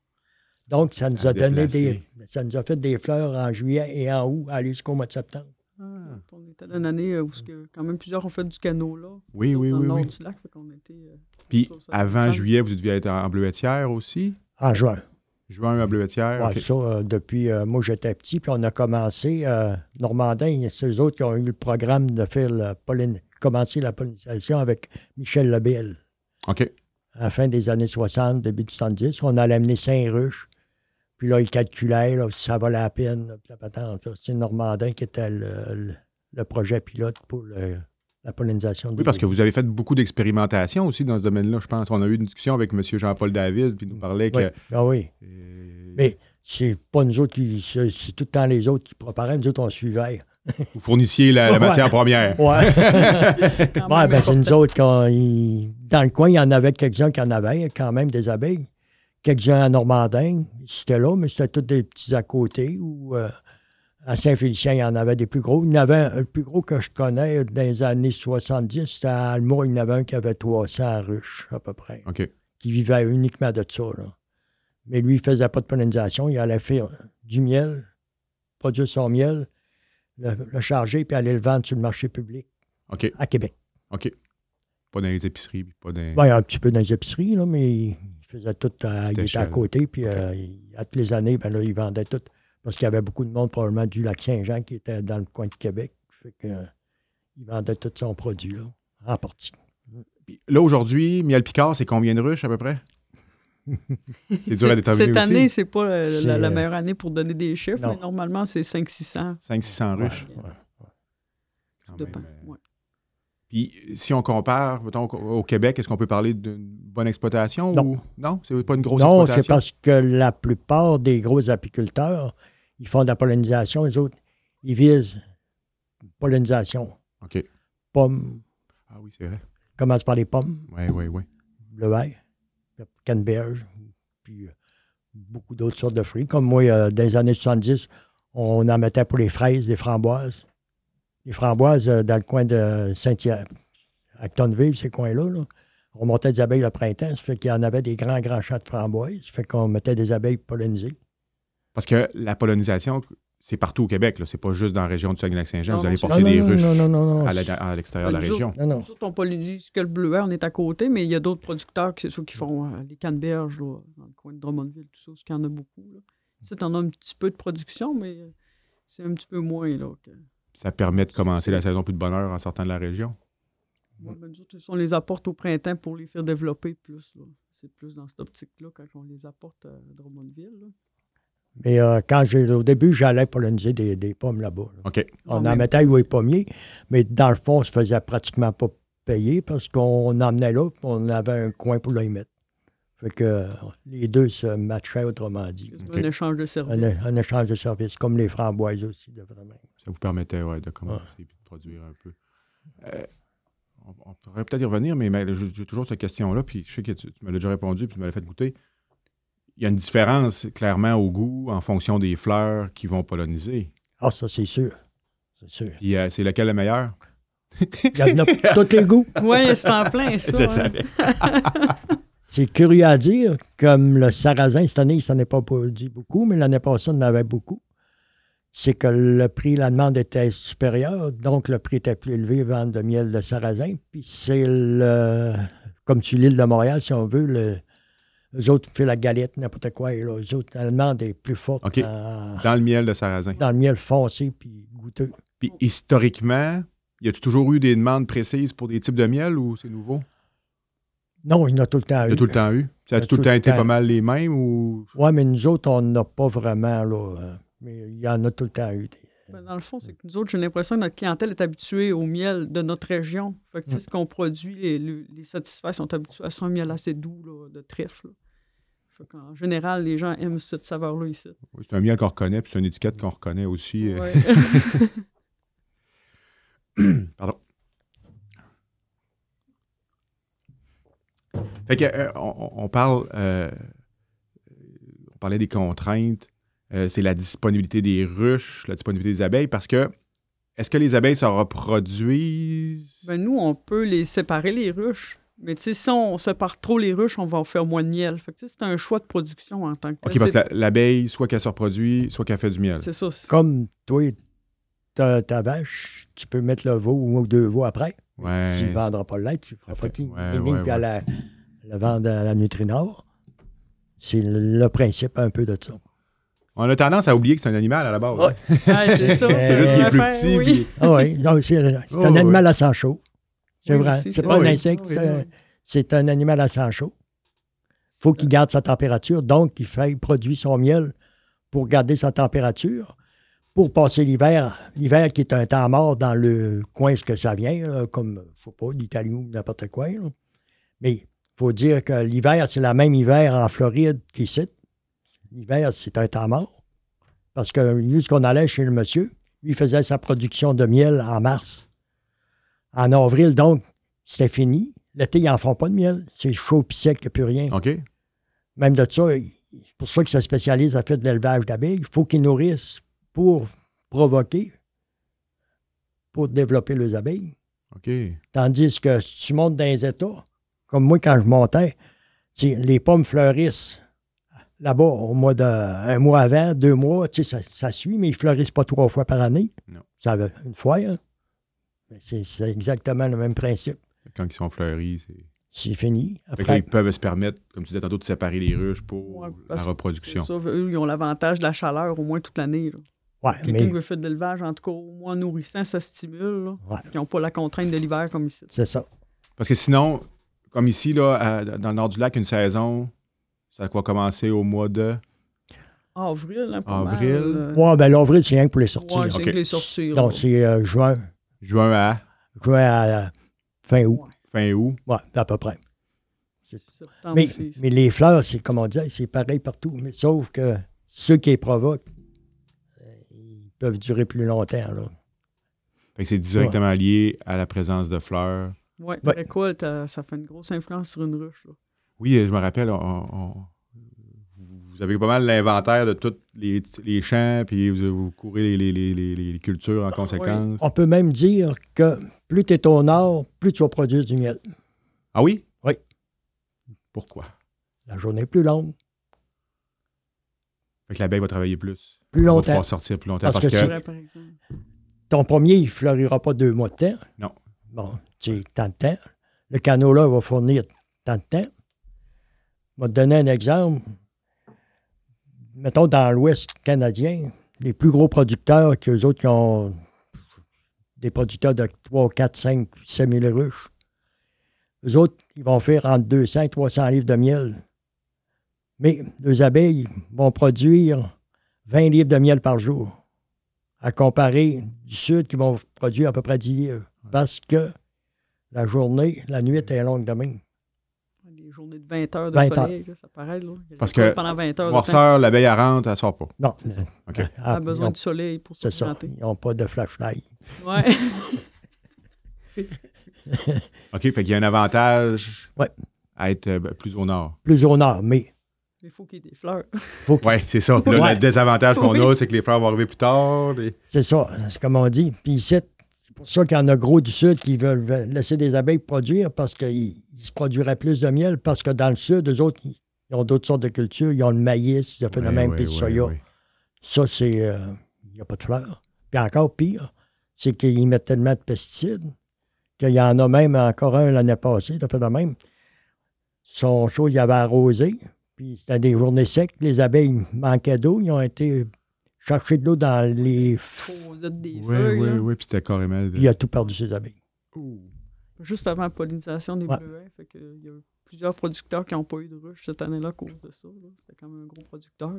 Donc, ça nous
a
a, donné des.
déplacé.
Ça nous a fait des fleurs en juillet et en août, aller jusqu'au mois de septembre.
Ah.
On était dans une année euh, où ce que, quand même plusieurs ont fait du canot là.
Oui, oui,
dans
oui,
le nord
oui.
du lac, fait qu'on était. euh,
Puis
ça, ça,
avant
ça.
juillet, vous deviez être en en bleuetière aussi?
En juin.
Juin à bleuetière?
Ouais,
OK.
Ça, euh, depuis euh, moi j'étais petit, puis on a commencé, euh, Normandin, et ceux autres qui ont eu le programme de faire la pollin- commencer la pollinisation avec Michel Lebel.
OK.
à la fin des années 60, début du 70, on allait amener Saint-Ruche. Puis là, il calculait là, si ça valait la peine. là, puis la patente, là. C'est Normandin qui était le, le- le projet pilote pour le- la pollinisation.
Oui, parce que vous avez fait beaucoup d'expérimentations aussi dans ce domaine-là, je pense. On a eu une discussion avec M. Jean-Paul David, puis il nous parlait que.
Oui. Ah oui.
euh,
Mais c'est pas nous autres qui. C'est c'est tout le temps les autres qui préparaient. Nous autres, on suivait.
Vous fournissiez la, la
Ouais.
matière première.
Ouais.
quand
Ouais,
même
ben, c'est
important.
nous autres. qu'on- il- dans le coin, il y en avait quelques-uns qui en avaient, quand même, des abeilles. Quelques-uns à Normandin, c'était là, mais c'était tous des petits à côté. Ou euh, à Saint-Félicien, il y en avait des plus gros. Il y en avait un- le plus gros que je connais dans les années 70, c'était à Alma, il y en avait un qui avait 300 ruches, à peu près.
OK.
qui vivait uniquement de ça. là. Mais lui, il faisait pas de pollinisation. Il allait faire du miel, produire son miel, le, le charger, puis aller le vendre sur le marché public
OK,
à Québec.
OK. Pas dans les épiceries, puis pas dans...
Ben, un petit peu dans les épiceries, là, mais il faisait tout. à- il
C'était
était à
échelle.
côté, puis euh, il- à toutes les années, ben là, il vendait tout. Parce qu'il y avait beaucoup de monde, probablement du lac Saint-Jean, qui était dans le coin de Québec. Fait que, euh, il vendait tout son produit, là, en partie.
Puis là, aujourd'hui, Miel Picard, c'est combien de ruches à peu près? c'est dur à déterminer
Cette
aussi.
année, c'est pas euh,
C'est,
la, la
euh,
meilleure année pour donner des chiffres,
non.
mais normalement, c'est 500-600.
500-600 ruches.
Ouais, ouais.
quand
de
même,
pain.
euh.
Ouais.
Puis si on compare, mettons, au au Québec, est-ce qu'on peut parler d'une bonne exploitation?
Non.
Ou... Non, c'est pas une grosse
non, c'est
exploitation.
parce que la plupart des gros apiculteurs, ils font de la pollinisation. Les autres, ils visent pollinisation.
OK.
Pommes,
Ah oui, c'est vrai.
commence par les pommes,
Oui, oui, oui.
le verre, la canneberge, puis euh, beaucoup d'autres sortes de fruits. Comme moi, euh, dans les années 70, on en mettait pour les fraises, les framboises. Les framboises, euh, dans le coin de Saint-Hyacinthe, Actonville, ces coins-là, là, on montait des abeilles le printemps. Ça fait qu'il y en avait des grands, grands champs de framboises. Ça fait qu'on mettait des abeilles pollinisées.
Parce que la polonisation, c'est partout au Québec. là. C'est pas juste dans la région du Saguenay-Lac-Saint-Jean.
Non,
Vous allez
non,
porter
non,
des
non,
ruches
non, non, non, non,
à la- à l'extérieur de la
Nous autres,
région.
Non, non.
Nous autres, on pollinise que le bleuet, on est à côté, mais il y a d'autres producteurs qui, c'est ceux qui font euh, les canneberges là, dans le coin de Drummondville, tout ça, ce qu'il y en a beaucoup. Là.
Mm.
Ça, t'en as un petit peu de production, mais euh, c'est un petit peu moins. Là, que-
Ça permet de commencer la saison plus de bonheur en sortant de la région. Mm.
Ouais, mais nous autres, c'est ça, on les apporte au printemps pour les faire développer plus. là. C'est plus dans cette optique-là quand on les apporte euh, à Drummondville. là.
Mm,
Mais euh, quand j'ai, au début, j'allais polliniser des, des pommes là-bas. là.
OK.
On
Non,
en
mais-
mettait où les pommiers, mais dans le fond, on se faisait pratiquement pas payer parce qu'on emmenait là, puis on avait un coin pour les mettre. Fait que euh, les deux se matchaient, autrement dit.
C'est
Ok.
un échange de services.
Un, un échange de services, comme les framboises aussi, de vraiment.
Ça vous permettait ouais, de commencer et de produire un peu. Euh, on, on pourrait peut-être y revenir, mais, mais j'ai j'ai toujours cette question-là, puis je sais que tu, tu me l'as déjà répondu, puis tu me l'as fait goûter. Il y a une différence clairement au goût en fonction des fleurs qui vont polliniser.
Ah, ça, c'est sûr. C'est sûr.
Puis euh, c'est lequel le meilleur?
Il y en a pour tous les goûts.
Oui, c'est en plein, ça. hein.
C'est curieux à dire, comme le sarrasin, cette année, ça n'est pas dit beaucoup, mais l'année passée, on en avait beaucoup. C'est que le prix, la demande était supérieure, donc le prix était plus élevé, vente de miel de sarrasin. Puis c'est le, comme sur l'île de Montréal, si on veut, le, eux autres font la galette, n'importe quoi. Et là, eux autres, la demande est plus forte
OK.
en-
Dans le miel de sarrasin.
dans le miel foncé puis goûteux.
Puis historiquement, y a-tu toujours eu des demandes précises pour des types de miel ou c'est nouveau?
Non, il y en a tout le temps
Il Euh, y a
eu.
tout le temps eu. Ça a tout le temps été pas mal les mêmes ou
Oui, mais nous autres, on n'a pas vraiment, là. euh, Mais il y en a tout le temps eu. des-
Ben, dans le fond, c'est que nous autres, j'ai l'impression que notre clientèle est habituée au miel de notre région. Fait que, tu sais, ce qu'on produit, les, les- les satisfaits sont habitués à un miel assez doux, là, de trèfle. en général, les gens aiment cette saveur-là ici.
Oui, c'est un miel qu'on reconnaît, puis c'est une étiquette qu'on reconnaît aussi. euh,
Ouais.
Pardon. Fait que, euh, on, on parle, euh, on parlait des contraintes, euh, c'est la disponibilité des ruches, la disponibilité des abeilles, parce que est-ce que les abeilles se reproduisent?
Ben, nous, on peut les séparer, les ruches. Mais tu sais, si on sépare trop les ruches, on va en faire moins de miel. Fait que, tu sais, c'est un choix de production en tant que tel.
OK, parce que
C'est-
la- l'abeille, soit qu'elle se reproduit, soit qu'elle fait du miel.
C'est ça. c'est-
comme toi, ta, ta vache, tu peux mettre le veau ou deux veaux après. Tu
Ouais.
ne vendras pas le lait, tu feras
Ça
pas
fait-
de
ouais,
ligne,
ouais,
puis à la, le vendre à la Nutrinor. C'est le, le principe un peu de ça.
On a tendance à oublier que c'est un animal à la base.
Ouais.
Ah, c'est ça.
C'est juste qu'il est plus
l'affaire,
petit.
oui.
puis-
Ah oui, non, c'est c'est
Oh,
un
oui.
animal à sang chaud. C'est
Oui,
vrai.
c'est
C'est
ça.
pas
Oui.
un insecte,
Oui,
c'est-
oui.
c'est un animal à sang chaud. faut qu'il garde sa température, donc il fait, il produit son miel pour garder sa température, pour passer l'hiver, l'hiver qui est un temps mort dans le coin ce que ça vient, là, comme, je sais pas, l'Italie ou n'importe quoi. là. Mais il faut dire que l'hiver, c'est la même hiver en Floride qu'ici. L'hiver, c'est un temps mort. Parce que, vu ce qu'on allait chez le monsieur, lui faisait sa production de miel en mars. En avril, donc, c'était fini. L'été, ils n'en font pas de miel. C'est chaud pis sec, il n'y a plus rien
OK.
même de ça, il- pour ceux qui se spécialisent à faire de l'élevage d'abeilles, il faut qu'ils nourrissent pour provoquer, pour développer les abeilles.
OK.
Tandis que si tu montes dans les États, comme moi quand je montais, tu sais, les pommes fleurissent là-bas au mois de, un mois avant, deux mois, tu sais, ça, ça suit, mais ils fleurissent pas trois fois par année.
Non.
Ça va une fois, hein. Mais c'est c'est exactement le même principe.
Quand ils sont fleuris, c'est.
C'est fini.
Fait que là,
Après,
ils peuvent se permettre, comme tu disais tantôt, de séparer les ruches pour
Ouais,
la
parce que
reproduction.
C'est ça, eux, ils ont l'avantage de la chaleur au moins toute l'année. là.
ouais,
Quelqu'un
mais
qui veut faire de l'élevage, en tout cas, au moins nourrissant, ça stimule. là.
Ouais.
Ils n'ont pas la contrainte de l'hiver comme ici.
c'est ça.
Parce que sinon, comme ici, là, à- dans le nord du lac, une saison, ça va commencer au mois de.
Avril, hein, pas
Avril.
mal, euh,
Ouais, ben l'avril, c'est rien que pour les sorties.
ouais,
ok.
j'ai que les sortir.
Donc, c'est euh, juin,
juin à
juin à euh, fin août,
fin août.
ouais, à peu près.
Septembre,
Mais,
Ah, c'est-
mais les fleurs, c'est comme on dit, c'est pareil partout. Mais sauf que ceux qui les provoquent, euh, ils peuvent durer plus longtemps. Là.
Fait que c'est directement lié à la présence de fleurs.
Ouais,
Ouais.
la récolte, euh, ça fait une grosse influence sur une ruche. là.
Oui, euh, je me rappelle, on- on- vous avez pas mal l'inventaire de tous les, les champs, puis vous, vous courez les, les- les- les- les cultures en conséquence.
On peut même dire que plus tu es au nord, plus tu vas produire du miel.
Ah oui?
Oui.
Pourquoi?
La journée est plus longue,
Fait que l'abeille va travailler plus.
plus
Elle va
longtemps.
pouvoir sortir plus longtemps.
Parce
Parce,
que
que,
c'est-
Là, par exemple.
Ton premier, il fleurira pas deux mois de temps.
Non.
Bon, tu sais, tant de temps. Le canot-là va fournir tant de temps. Je vais te donner un exemple. Mettons, dans l'Ouest canadien, les plus gros producteurs qu'eux autres qui ont des producteurs de 3, 4, 5, 7 000 ruches, eux autres, ils vont faire entre 200 et 300 livres de miel. Mais les abeilles vont produire 20 livres de miel par jour à comparer du sud qui vont produire à peu près 10 livres. Parce que la journée, la nuit est longue de même.
Des journées de 20 heures de
20
soleil, là, ça paraît. Là. Il
Parce
récolte
que
pendant 20 heures, de temps.
noirceur, l'abeille, elle rentre, elle sort pas.
Non.
OK.
Ah,
elle
ah,
a besoin
non,
du soleil pour se
C'est ça.
planter.
Ils n'ont pas de flashlight.
Ouais.
OK, fait qu'il y a un avantage
Ouais.
à être euh, plus au nord.
Plus au nord, mais
Il faut qu'il y ait des fleurs.
Oui, c'est ça. Là,
Ouais.
le désavantage qu'on
Oui.
a, c'est que les fleurs vont arriver plus tard. les-
c'est ça, c'est comme on dit. Puis ici, c'est pour ça qu'il y en a gros du sud qui veulent laisser des abeilles produire parce qu'ils ils se produiraient plus de miel parce que dans le sud, eux autres, ils ils ont d'autres sortes de cultures. Ils ont le maïs, le phénomène,
Ouais,
puis
ouais,
le
ouais,
soya.
ouais.
Ça, c'est. euh, Il n'y a pas de fleurs. Puis encore pire, c'est qu'ils mettent tellement de pesticides qu'il y en a même encore un l'année passée, tout à fait de même. Son chaud, il avait arrosé. Puis c'était des journées secs. Les abeilles manquaient d'eau. Ils ont été chercher de l'eau dans les. f-
Rosette des
Oui,
feuilles.
oui,
là.
oui, puis c'était carrément.
Puis il a tout perdu, ces abeilles.
Juste avant la pollinisation des
Ouais.
bleuets. Fait que, il y a eu plusieurs producteurs qui n'ont pas eu de ruche cette année-là à cause de ça. là. C'était quand même un gros producteur.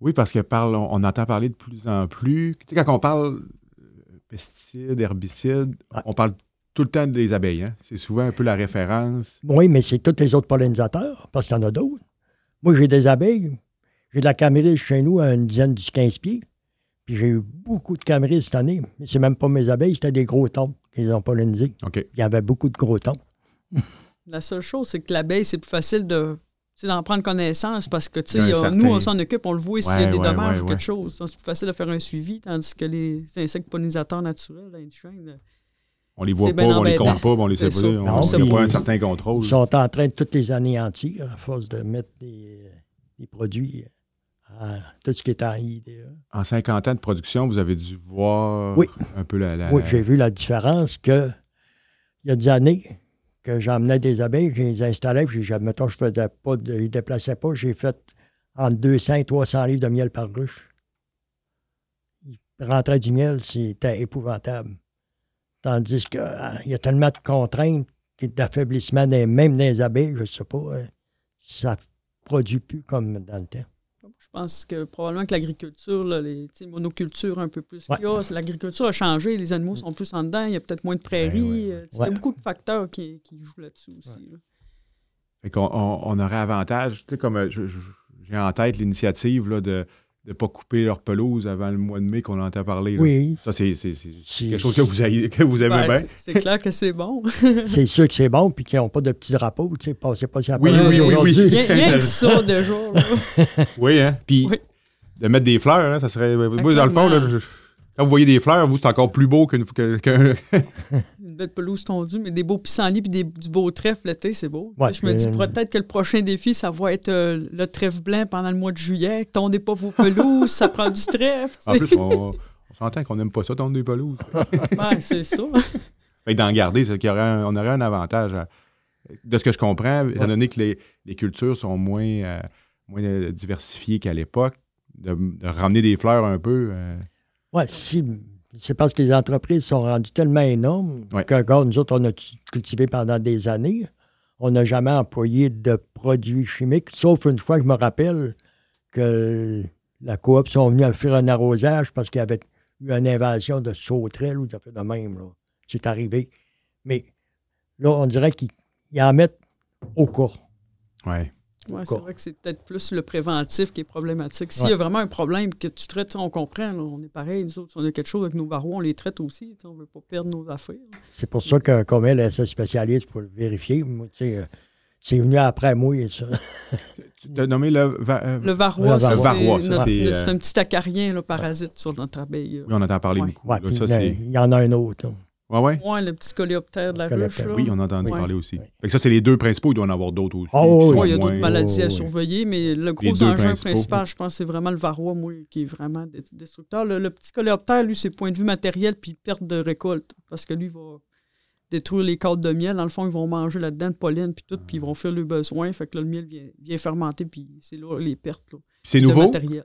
Oui, parce que parle, on, on entend parler de plus en plus. Tu sais, quand on parle euh, pesticides, herbicides,
Ouais.
on parle tout le temps des abeilles. hein. C'est souvent un peu la référence.
Oui, mais c'est tous les autres pollinisateurs, parce qu'il y en a d'autres. Moi, j'ai des abeilles. J'ai de la camérille chez nous à une dizaine du 15 pieds. Puis j'ai eu beaucoup de camérilles cette année. Mais c'est même pas mes abeilles, c'était des gros tons qu'ils ont pollinisés.
OK.
Il y avait beaucoup de gros tons.
La seule chose, c'est que l'abeille, c'est plus facile de tu sais, d'en prendre connaissance parce que tu sais,
Il y a un
il y a-
certain-
nous, on s'en occupe, on le voit s'il y a
Ouais,
des
ouais,
dommages
ouais,
ou
ouais.
quelque chose. Ça, C'est plus facile de faire un suivi, tandis que les insectes pollinisateurs naturels, indigènes,
On les voit
C'est
pas,
ben
on les
embêtant.
compte pas, on les sait
C'est
pas.
ça.
On
Non,
on
puis-
n'a pas un certain contrôle.
Ils sont en train de toutes les anéantir à force de mettre des, euh, des produits à tout ce qui est en E. IDE.
En 50 ans de production, vous avez dû voir
Oui.
un peu la. la-
Moi, j'ai vu la différence que il y a des années que j'emmenais des abeilles, je les installais, puis j'ai- mettons, je faisais pas de, je les déplaçais pas, j'ai fait entre 200 et 300 livres de miel par ruche. Il rentrait du miel, c'était épouvantable. Tandis qu'il y a tellement de contraintes, qu'il y a d'affaiblissement des, même des abeilles, je sais pas, euh, ça produit plus comme dans le temps.
Je pense que probablement que l'agriculture, là, les tu sais, monocultures un peu plus
Ouais.
qu'il y a, c'est- l'agriculture a changé, les animaux sont plus en dedans, il y a peut-être moins de prairies.
Mm. Ben Ouais, ouais,
euh, tu sais, Il
Ouais.
y a beaucoup de facteurs qui, qui jouent là-dessus aussi. là.
Fait qu'on on, on aurait avantage, tu sais, comme euh, je- je- j'ai en tête l'initiative là, de ne pas couper leur pelouse avant le mois de mai qu'on entend parler. là.
Oui,
Ça, c'est c'est- c'est
C'est-
quelque chose que vous, aimez que vous aimez
Ben,
bien.
c'est- C'est clair que c'est bon.
c'est sûr que c'est bon, puis qu'ils n'ont pas de petits drapeaux, tu sais, passez pas sur la
Oui,
pelouse
oui, oui, oui.
aujourd'hui.
Rien, rien que ça déjà. là.
Oui, hein? Puis
Oui.
de mettre des fleurs, hein, ça serait. Moi, dans le fond, là, je- je- Quand vous voyez des fleurs, vous, c'est encore plus beau qu'une. que- que-
Une belle pelouse tondue, mais des beaux pissenlits puis des- du beau trèfle l'été, c'est beau.
Ouais,
je me dis
euh,
peut-être que le prochain défi, ça va être euh, le trèfle blanc pendant le mois de juillet. Tondez pas vos pelouses, ça prend du trèfle.
en plus, on, on s'entend qu'on n'aime pas ça, tendre des pelouses.
Ouais, c'est ça.
Fait que d'en garder, c'est qu'il y aurait un- on aurait un avantage. à- de ce que je comprends, étant donné que les, les cultures sont moins, euh, moins euh, diversifiées qu'à l'époque, de, de ramener des fleurs un peu. euh,
Oui, si, c'est parce que les entreprises sont rendues tellement énormes
Ouais.
que, regarde, nous autres, on a t- cultivé pendant des années. On n'a jamais employé de produits chimiques, sauf une fois, je me rappelle que la coop sont venus à faire un arrosage parce qu'il y avait eu une invasion de sauterelles ou ça fait de même. là. C'est arrivé. Mais là, on dirait qu'ils ils en mettent au cours.
ouais.
Ouais, c'est
D'accord.
vrai que c'est peut-être plus le préventif qui est problématique. S'il y a
Ouais.
vraiment un problème que tu traites, on comprend. là, on est pareil, nous autres, si on a quelque chose avec nos barreaux, on les traite aussi. tu sais, On veut pas perdre nos affaires.
C'est pour ça que, comme elle, elle se spécialise pour le vérifier. Moi, tu sais, euh, c'est venu après moi, et ça.
Tu t'as nommé le. va- euh,
Le varroa,
Le
ça,
varroa,
c'est
ça,
notre-
c'est,
notre-
euh,
c'est un petit acarien là, parasite sur notre abeille.
oui, on entend parler
Ouais.
beaucoup.
Ouais,
là,
puis
ça,
là,
c'est.
il y en a un autre. là.
Ouais, ouais.
Ouais, le petit coléoptère de la ruche.
Coléoptère.
là.
Oui, on a entendu
Ouais.
parler aussi.
Ouais.
Fait que ça, c'est les deux principaux. Il doit en avoir d'autres aussi.
Ah, oui,
qui
oui.
sont
Ouais, il y a d'autres
moins-
maladies à
ouais, ouais.
surveiller, mais le gros
deux
enjeu
principaux.
principal, je pense, c'est vraiment le varroa, moi, qui est vraiment dé- destructeur. Le, le petit coléoptère, lui, c'est point de vue matériel puis perte de récolte, parce que lui il va détruire les cordes de miel. Dans le fond, ils vont manger là-dedans de pollen puis tout, puis ils vont faire le besoin. Fait que là, le miel vient, vient fermenter, puis c'est là les pertes là,
Puis c'est
de
nouveau.
matériel.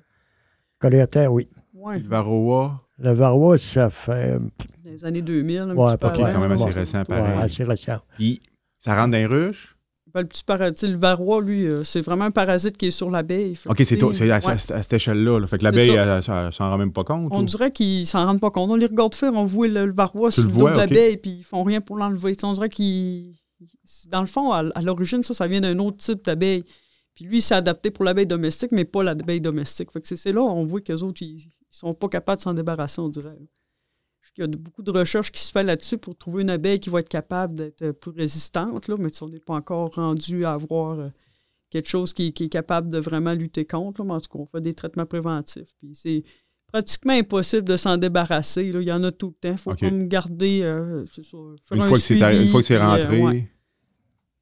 Coléoptère, oui.
Ouais,
Le varroa.
Le varroa, ça fait euh,
dans les années 2000, un petit
Ouais,
peu
pas
Ok,
Ouais,
quand même assez
ouais.
récent,
ouais,
pareil.
assez récent.
Puis ça rentre dans les ruches.
Ben, le petit parasite, le varroa, lui, euh, c'est vraiment un parasite qui est sur l'abeille. Fait
OK,
que,
c'est
tu
tôt-
sais,
c'est à,
ouais.
à- à cette échelle-là. là. Fait que l'abeille,
C'est
elle,
ça.
elle, elle s'en rend même pas compte.
On
ou-
dirait qu'ils s'en rendent pas compte. On les regarde faire, on voit le, le varroa
Tu
sur
le
le dos
vois,
de
ok.
l'abeille, puis ils font rien pour l'enlever. Tu sais, On dirait qu'ils. Dans le fond, à, l- à l'origine, ça, ça vient d'un autre type d'abeille. Puis lui, il s'est adapté pour l'abeille domestique, mais pas l'abeille domestique. Fait que c'est- c'est là, on voit qu'eux autres, ils, ils sont pas capables de s'en débarrasser, on dirait. Il y a de- beaucoup de recherches qui se fait là-dessus pour trouver une abeille qui va être capable d'être euh, plus résistante, là, mais tu sais, on n'est pas encore rendu à avoir euh, quelque chose qui, qui est capable de vraiment lutter contre. là. Mais en tout cas, on fait des traitements préventifs. Puis c'est pratiquement impossible de s'en débarrasser. là. Il y en a tout le temps. Il faut
OK.
comme garder. euh, c'est ça, faire
Une
un
fois, que c'est,
suivi,
une fois que c'est
puis, euh,
rentré.
ouais.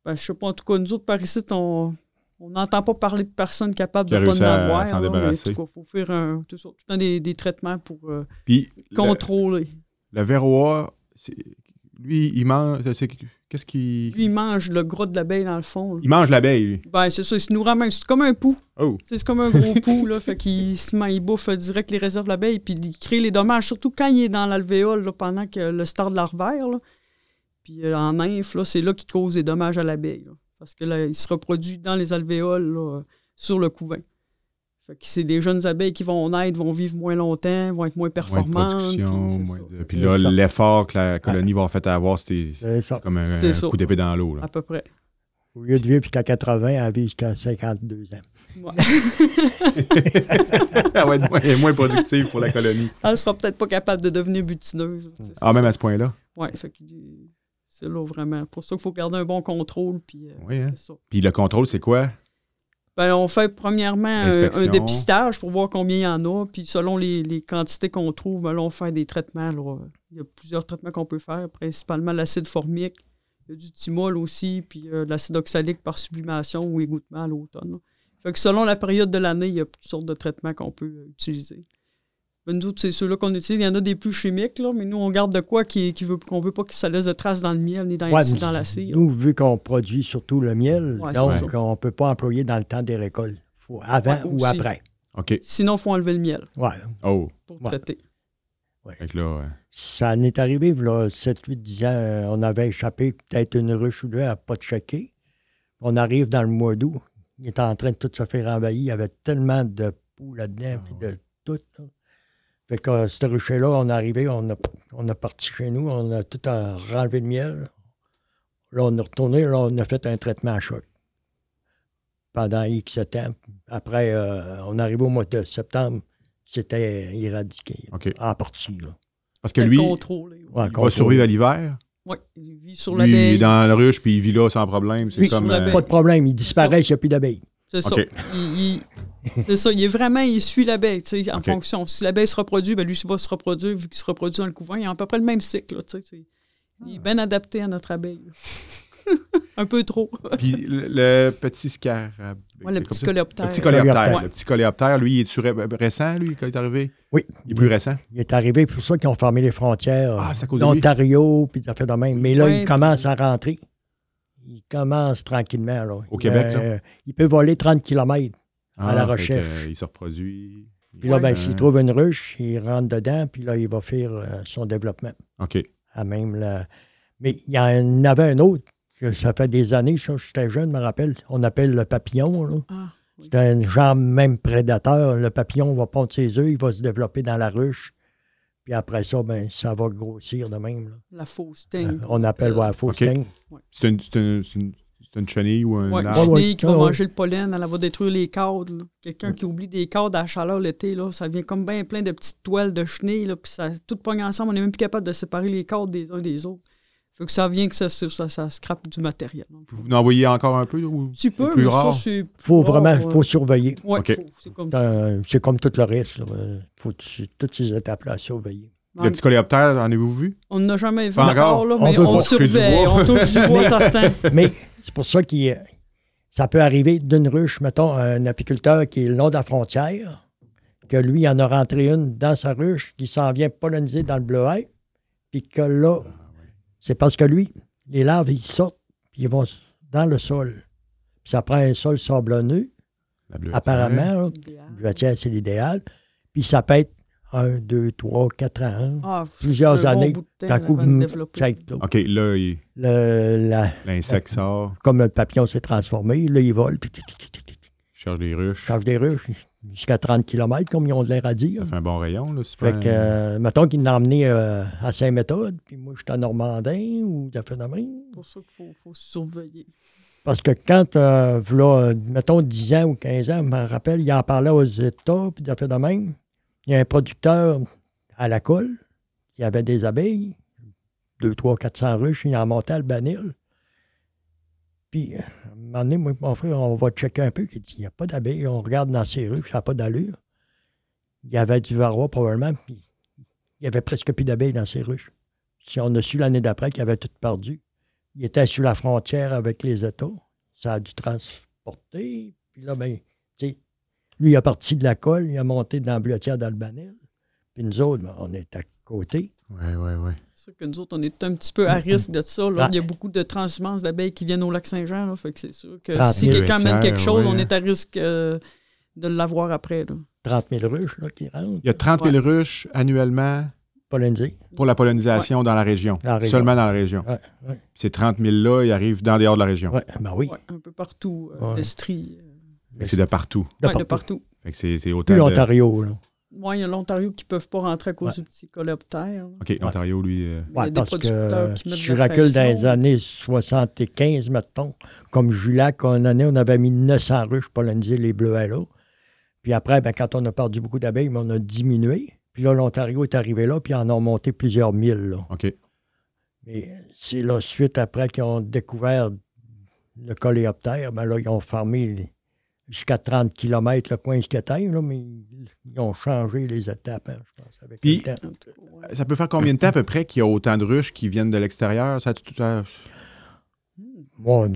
Ben, je sais pas, en tout cas, nous autres par ici, on. On n'entend pas parler de personnes capables
Qui a
de pas en
réussi à
avoir.
s'en
là, mais
débarrasser.
en tout cas, faut faire un, tout, ça, tout le temps des, des traitements pour euh,
Puis le-
contrôler.
le, varroa, c'est- lui, il mange. c'est- Qu'est-ce qu'il.
Lui, il mange le gros de l'abeille dans le fond. là.
Il mange l'abeille, lui.
Ben, c'est ça, il se nous ramène. C'est comme un pou.
Oh.
Tu sais, C'est comme un gros pou, là. Fait qu'il se met- il bouffe direct les réserves de l'abeille, puis il crée les dommages, surtout quand il est dans l'alvéole, là, pendant que le stade larvaire, là. Puis euh, en nymphe, là, c'est là qu'il cause des dommages à l'abeille, là. Parce que là, il se reproduit dans les alvéoles, là, euh, sur le couvain. Fait que c'est des jeunes abeilles qui vont naître, vont vivre moins longtemps, vont être moins
Moins de
performantes.
production.
puis c'est
moins
ça. Ah.
de- Puis
C'est
là,
ça.
l'effort que la colonie va avoir fait avoir, c'était
C'est ça.
comme un,
C'est
un
ça.
coup d'épée dans l'eau. là.
À peu près.
Au lieu de vivre jusqu'à 80, elle vit jusqu'à 52 ans.
Ouais. Ah.
Elle va être moins, moins productive pour la colonie.
Elle sera peut-être pas capable de devenir butineuse. là, tu sais, c'est
Ah,
ça.
même à ce point-là.
Oui, fait que euh, c'est là vraiment. Pour ça qu'il faut garder un bon contrôle. Puis, euh,
Oui, hein.
c'est ça.
Puis le contrôle, c'est quoi?
Ben, on fait premièrement un,
L'inspection.
un dépistage pour voir combien il y en a. Puis selon les, les quantités qu'on trouve, ben, là, on fait des traitements. là. Il y a plusieurs traitements qu'on peut faire, principalement l'acide formique, il y a du thymol aussi, puis euh, de l'acide oxalique par sublimation ou égouttement à l'automne. là. Fait que selon la période de l'année, il y a toutes sortes de traitements qu'on peut euh, utiliser. Ben, nous autres, c'est ceux-là qu'on utilise. Il y en a des plus chimiques, là, mais nous, on garde de quoi qui, qui veut, qu'on veut pas que ça laisse de traces dans le miel ni dans, les-
Ouais, mais
dans la cire.
Nous, vu qu'on produit surtout le miel,
Ouais, c'est
donc
ça.
on ne peut pas employer dans le temps des récoltes. Faut avant
Ouais,
ou
aussi.
après.
OK.
Sinon, il faut enlever le miel
Ouais.
Oh.
pour
Ouais.
traiter.
Fait que là, euh,
Ça en est arrivé, là, 7, 8, 10 ans, euh, on avait échappé peut-être une ruche ou deux à pas de checker. On arrive dans le mois d'août. Il était en train de tout se faire envahir. Il y avait tellement de poux là-dedans,
Ah
puis de tout. là. Fait que euh, cette ruche-là, on est arrivé, on a, on a parti chez nous, on a tout euh, renlevé de miel. Là, on est retourné, là, on a fait un traitement à choc pendant X temps. Après, euh, on est arrivé au mois de septembre, c'était éradiqué,
OK.
en partie. Là.
Parce que lui, il
contrôler.
Ouais,
va survivre à l'hiver.
Oui, il vit sur
Lui, il est
l'abeille.
dans la ruche, puis il vit là sans problème. C'est
Oui,
comme... euh,
sur l'abeille.
Pas de problème, il disparaît, il n'y a plus d'abeilles.
C'est ça.
OK.
Il, il- C'est ça, il est vraiment, il suit l'abeille, tu sais, en
OK.
fonction. Si l'abeille se reproduit, ben lui il va se reproduire, vu qu'il se reproduit dans le couvain, il a à peu près le même cycle, là, tu sais. c'est- Il est bien adapté à notre abeille. là. un peu trop.
Puis le, le petit scarab.
Ouais, le petit
coléoptère. Le
coléoptère.
petit coléoptère.
Coléoptère.
Le petit coléoptère, lui, il est-tu ré- récent, lui, quand il est arrivé?
Oui.
Il est plus récent?
Il est arrivé, c'est pour ça qu'ils ont fermé les frontières.
Ah, c'est à cause de lui.
L'Ontario, puis ça fait de même. Mais là,
Ouais,
il commence à rentrer. Il commence tranquillement. Là.
Au
Il,
Québec,
euh, Il peut voler 30 km.
Ah,
la
fait que,
recherche.
euh, il se reproduit.
Puis là, ben,
Ouais.
s'il trouve une ruche, il rentre dedans, puis là, il va faire euh, son développement.
OK.
À même la- Mais il y en avait un autre, que ça fait des années, ça, j'étais jeune, je me rappelle, on appelle le papillon. là.
Ah, oui.
C'est un genre même prédateur. Le papillon va pondre ses œufs, il va se développer dans la ruche. Puis après ça, ben, ça va grossir de même. là.
La fausse teigne.
Euh,
On appelle ouais, faux
OK.
sting.
C'est une, c'est une, c'est une- c'est une chenille ou un
Ouais, une
arbre?
ouais,
chenille qui va
ouais, ouais.
manger le pollen, elle va détruire les cadres. là. Quelqu'un qui oublie des cadres à la chaleur l'été, là, ça vient comme bien plein de petites toiles de chenilles, là, puis ça tout pogne ensemble, on n'est même plus capable de séparer les cadres des uns des autres. Fait que ça vient que ça, se- ça, ça scrape du matériel. Donc,
Vous en envoyez encore un peu? Ou...
Tu peux,
plus
mais
rare.
ça, c'est.
faut
rare,
vraiment
Oh, ouais.
faut surveiller.
Ouais,
Ok.
faut- c'est comme
C'est
ça.
un- C'est comme tout le reste. là. Euh, faut tu- toutes ces étapes-là à surveiller.
Le petit coléoptère, en avez-vous vu?
On n'a jamais vu
Pas encore.
encore, là,
On
mais
veut
on
pas
toucher du
surveille,
bois.
on touche du bois certain.
Mais c'est pour ça qu'il ça peut arriver d'une ruche, mettons, un apiculteur qui est le long de la frontière, que lui en a rentré une dans sa ruche, qui s'en vient polliniser dans le bleuet, puis que là, c'est parce que lui, les larves, ils sortent, puis ils vont dans le sol. Puis ça prend un sol sablonneux,
La bleue.
apparemment. là. Bleuetière, c'est l'idéal. Puis ça peut être un, deux, trois, quatre ans.
Ah,
plusieurs
un bon
années,
bout de temps
d'un coup,
avant de
mm,
développer.
ça éclate.
OK, là, il-
Le- la-
l'insecte sort,
comme le papillon s'est transformé, là, il vole, tu- tu- tu- tu- tu- tu-
il cherche des ruches.
charge des ruches jusqu'à 30 km, comme ils ont de l'air à dire.
Ça fait un bon rayon, là. c'est
Fait
pas
que,
un-
euh, mettons qu'il l'a emmené euh, à Saint-Méthode, puis moi, j'étais à Normandin ou de Phénomène.
C'est pour ça qu'il faut, faut surveiller.
Parce que quand, euh, v'là, euh, mettons, 10 ans ou 15 ans, je me rappelle, il en parlait aux États, puis de Phénomène. Il y a un producteur à la colle qui avait des abeilles, 2, 3, 400 ruches, il en montait à le banil. Puis, euh, à un moment donné, moi et mon frère, on va checker un peu. Il dit, il n'y a pas d'abeilles, on regarde dans ces ruches, ça n'a pas d'allure. Il y avait du varroa probablement, puis il y avait presque plus d'abeilles dans ces ruches. Si on a su l'année d'après qu'il avait tout perdu, il était sur la frontière avec les États, ça a dû transporter, puis là, ben, tu sais, lui, il a parti de la colle, il a monté dans la bleutière d'Albanel, puis nous autres, ben, on est à côté.
Ouais, ouais, ouais.
C'est sûr que nous autres, on est un petit peu à risque de ça. là.
Ouais.
Il y a beaucoup de transhumances d'abeilles qui viennent au lac Saint-Jean. là. Fait que c'est sûr que
Trente
si
mille
quelqu'un amène quelque
tiers,
chose,
ouais,
on
hein.
est à risque euh, de l'avoir après. là.
30 000 ruches là, qui rentrent,
Il y a 30 000 ruches annuellement
pollinisées.
pour la pollinisation dans la région.
La région.
Seulement dans la région.
Ouais, ouais.
Puis Ces 30 000-là, ils arrivent dans dehors de la région.
Ouais, ben oui,
Ouais, un peu partout. euh,
Ouais.
l'Estrie, euh,
Fait que C'est de partout.
de
ouais, de
partout.
partout.
Fait que c'est c'est autant
Plus
de...
l'Ontario, là.
Moi, il y a l'Ontario qui ne peuvent pas rentrer à cause du
Ouais.
petit coléoptère. là.
OK, l'Ontario, lui... euh,
Il y a
Ouais,
des
parce
producteurs
que
qui mettent
je
de la
recule dans les
pression.
années 75, mettons, comme Julac, une année, on avait mis 900 ruches pollinisées les bleuets là. Puis après, ben, quand on a perdu beaucoup d'abeilles, ben, on a diminué. Puis là, l'Ontario est arrivé là, puis en ont monté plusieurs mille. Là.
OK.
Mais c'est la suite après qu'ils ont découvert le coléoptère, ben là, ils ont fermé les- jusqu'à 30 km le coin esquetin, là, mais ils ont changé les étapes, hein, je pense, avec
Puis-
le temps.
En tout cas, ouais.
Ça peut faire combien de temps à peu près qu'il y a autant de ruches qui viennent de l'extérieur? Ça, tu- euh, ça-
Bon,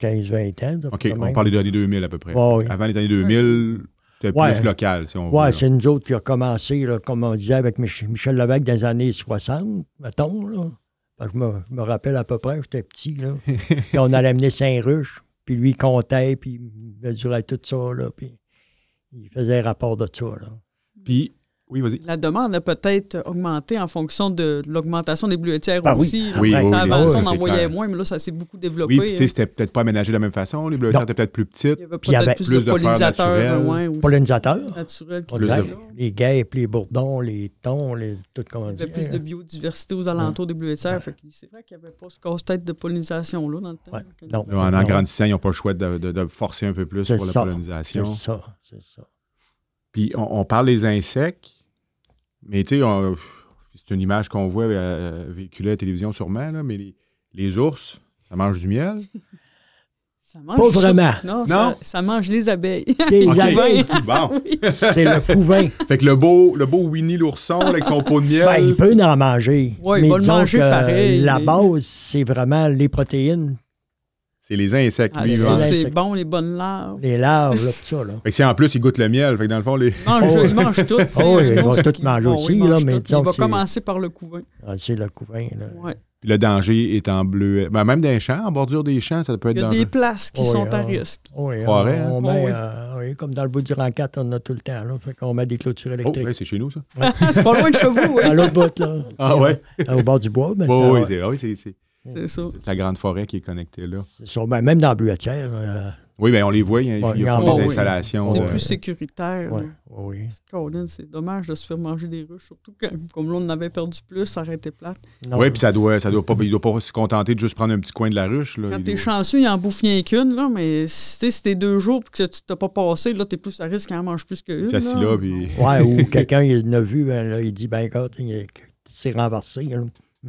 15-20 ans. de
OK,
même.
on parle des années 2000 à peu près.
Ouais, ouais.
Avant les années 2000, c'était
Ouais.
plus local, si on
Oui,
veut. là.
c'est nous autres qui a commencé, là, comme on disait, avec Mich- Michel Lévesque dans les années 60, mettons. Là. Fait que je, me, je me rappelle à peu près, j'étais petit. Là. puis on allait amener Saint-Ruche, puis lui il comptait, puis il mesurait tout ça, là, puis il faisait rapport de ça. Là.
Puis, oui, vas-y.
La demande a peut-être augmenté en fonction de l'augmentation des bleuetières
Ben oui.
aussi. là.
Oui, oui,
Quand
oui, ça,
Avant, ça, on
c'est
en voyait
clair.
moins, mais là, ça s'est beaucoup
Oui,
développé.
puis tu sais, c'était peut-être pas aménagé de la même façon. Les bleus
Non.
étaient peut-être plus petites.
Il y avait
Puis il y
peut-être
avait
plus,
plus
de
de fleurs
pollinisateurs.
naturelles.
ouais, aussi.
Pollinisateurs,
Naturels qui
on
Plus
étaient
disait,
de-
là.
les guêpes, les bourdons, les thons, les, tout comment
Il y
dire.
avait plus de biodiversité aux alentours des bleuetières. Fait que c'est vrai qu'il n'y avait pas ce casse-tête de pollinisation-là dans le temps.
Ouais,
Quand-
non.
Là, En, en grandissant, ils n'ont pas le choix de, de- de forcer un peu plus
C'est
pour la
ça.
pollinisation.
C'est ça, c'est ça.
Puis on, on parle des insectes, mais tu sais, on- c'est une image qu'on voit euh, véhiculée à la télévision sûrement, là, mais les, les ours, ça mange du miel.
Ça mange
Pas
ça.
vraiment.
Non,
Non?
Ça, ça mange les abeilles.
C'est
Ok.
les abeilles.
Bon.
C'est le couvain.
Fait que le beau, le beau Winnie l'ourson là, avec son pot de miel.
Ben, il peut en manger.
Ouais, il
mais
va le
disons
manger
que
pareil.
La base, c'est vraiment les protéines,
C'est les insectes
Ah,
vivants.
ça,
ouais.
c'est bon, les bonnes larves.
les larves, là, pis ça, là.
Fait que si en plus il goûte le miel, fait que dans le fond, les...
Mange,
Oh,
il mange tout. tu sais,
Oh, il
un
va
ours
tout
qui-
manger
bon,
aussi,
il
là,
mange
mais
tout.
disons
Il va
que c'est-
commencer par le couvain.
Ah, C'est le couvain, là.
Ouais.
le danger est en bleu. Ben, même dans les champs, en bordure des champs, ça peut
Il
être
y a
dangereux.
des places qui
Oh,
sont
yeah.
à risque.
Oui, on,
Croirais, hein?
on met,
Oh, oui.
euh, oui, comme dans le bout du rancate, on en a tout le temps. Là, fait qu'on met des clôtures
Oh,
électriques.
ouais, c'est chez nous, ça.
Ah, c'est pas loin de chez vous, hein. oui.
À l'autre bout, là.
Ah ouais?
Euh, Au bord du bois, mais
Ouais,
c'est-
ouais, c'est- ah oui, c'est c'est-
C'est ça.
c'est la grande forêt qui est connectée là.
c'est sûr, ben, même dans la bluetière. euh,
Oui, ben on les voit, il y a, il y a
Ouais, il y en
des
a, oui.
installations.
C'est
euh,
plus sécuritaire.
ouais,
là.
oui.
Colin, C'est dommage de se faire manger des ruches, surtout que, comme l'on en avait perdu plus, ça aurait été plate.
Non,
Oui, puis ça doit, ça doit pas, il doit pas se contenter de juste prendre un petit coin de la ruche. Là.
Quand
Il
t'es
doit-
chanceux, il en bouffe rien qu'une, là, mais si t'es- si t'es deux jours et que tu t'as pas passé, là, t'es plus à risque qu'il en mange plus qu'une.
il s'assit là, puis
Ouais, ou quelqu'un, il l'a vu, ben, là, il dit, ben, écoute, il il s'est renversé. là.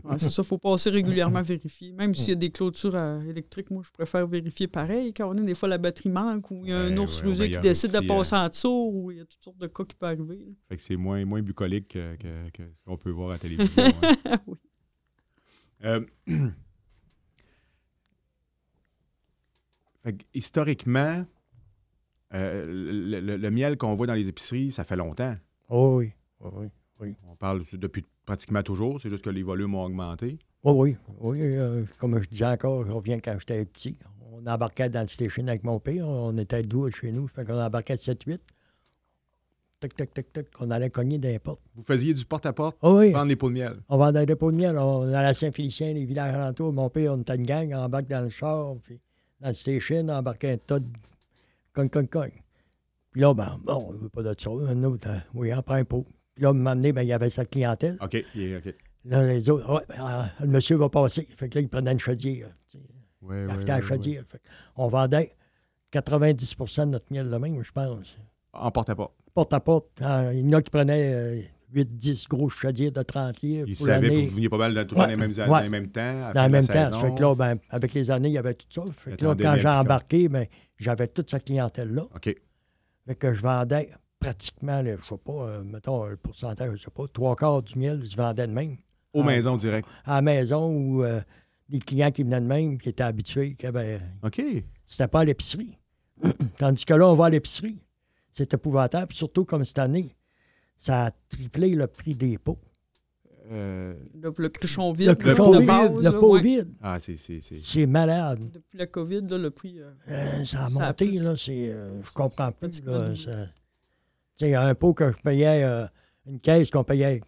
Ouais, c'est ça, faut passer régulièrement vérifier. Même s'il y a des clôtures euh, électriques, moi, je préfère vérifier pareil. Quand on est, des fois, la batterie manque ou il y a
Ouais,
un ours
Ben ouais,
rusé
ouais, il y
qui
a
décide
aussi, hein.
de passer en dessous ou il y a toutes sortes de cas qui peuvent arriver. là.
fait que c'est moins, moins bucolique que, que- que ce qu'on peut voir à la télévision. hein.
Oui.
Euh, fait que, historiquement, euh, le, le- le miel qu'on voit dans les épiceries, ça fait longtemps.
Oh, oui, oh, oui.
On parle depuis pratiquement toujours, c'est juste que les volumes ont augmenté.
Oh, oui, oui. euh, comme je disais encore, je reviens quand j'étais petit. On embarquait dans le station avec mon père. On était doux chez nous. Fait qu'on embarquait 7-8. Toc, toc, toc, toc. On allait cogner des portes.
Vous faisiez du porte-à-porte,
Oh, oui.
prendre les pots de miel.
On vendait des pots de miel. On allait à Saint-Félicien, les villages alentours. Mon père, on était une gang. On embarque dans le char. Puis dans le station, on embarquait un tas de cogne, cogne, cogne. Puis là, ben, bon, on veut pas de ça. Un autre, euh, oui, on prend un pot. Puis là, à un moment donné, ben, il y avait sa clientèle.
OK, il est- OK.
Là, les autres, ouais, ben, ah, le monsieur va passer. Fait que là, il prenait une chaudière. tu sais.
Ouais,
Il
ouais,
achetait
ouais,
la
ouais.
chaudière. Fait que on vendait 90 de notre miel de même, je pense.
En porte-à-porte.
Porte à porte. hein, il y en a qui prenaient euh, 8-10 grosses chaudières de 30 livres
Ils
pour
savaient que
l'année.
vous veniez pas mal de tout
Ouais,
dans les mêmes
ouais.
dans les mêmes temps. à la
Dans
fin
le
de
même
la
temps.
saison.
Fait que là, ben, avec les années, il y avait tout ça. Fait que là,
Attendez bien,
quand j'ai
puis quand-
embarqué, ben, j'avais toute cette clientèle-là.
OK.
Fait que je vendais pratiquement, là, je sais pas, euh, mettons, le pourcentage, je sais pas, trois quarts du miel, je vendais de même.
Aux
Ah.
maisons direct.
À la maison où euh, les clients qui venaient de même, qui étaient habitués, qui avaient
OK.
c'était pas à l'épicerie. Tandis que là, on va à l'épicerie. C'est épouvantable, puis surtout comme cette année. Ça a triplé le prix des pots.
Euh,
Le, le cruchon vide,
Le
là,
cochon
de
vide,
base,
le
là,
pot
ouais.
vide,
Ah, c'est. c'est- c'est-
c'est malade.
Depuis la COVID, là, le prix. euh,
Euh, ça a
Ça a
monté,
plus-
là, c'est... euh, je comprends
Un
plus,
petit peu
là.
de-
ça- Tu sais, un pot que je payais, euh, une caisse qu'on payait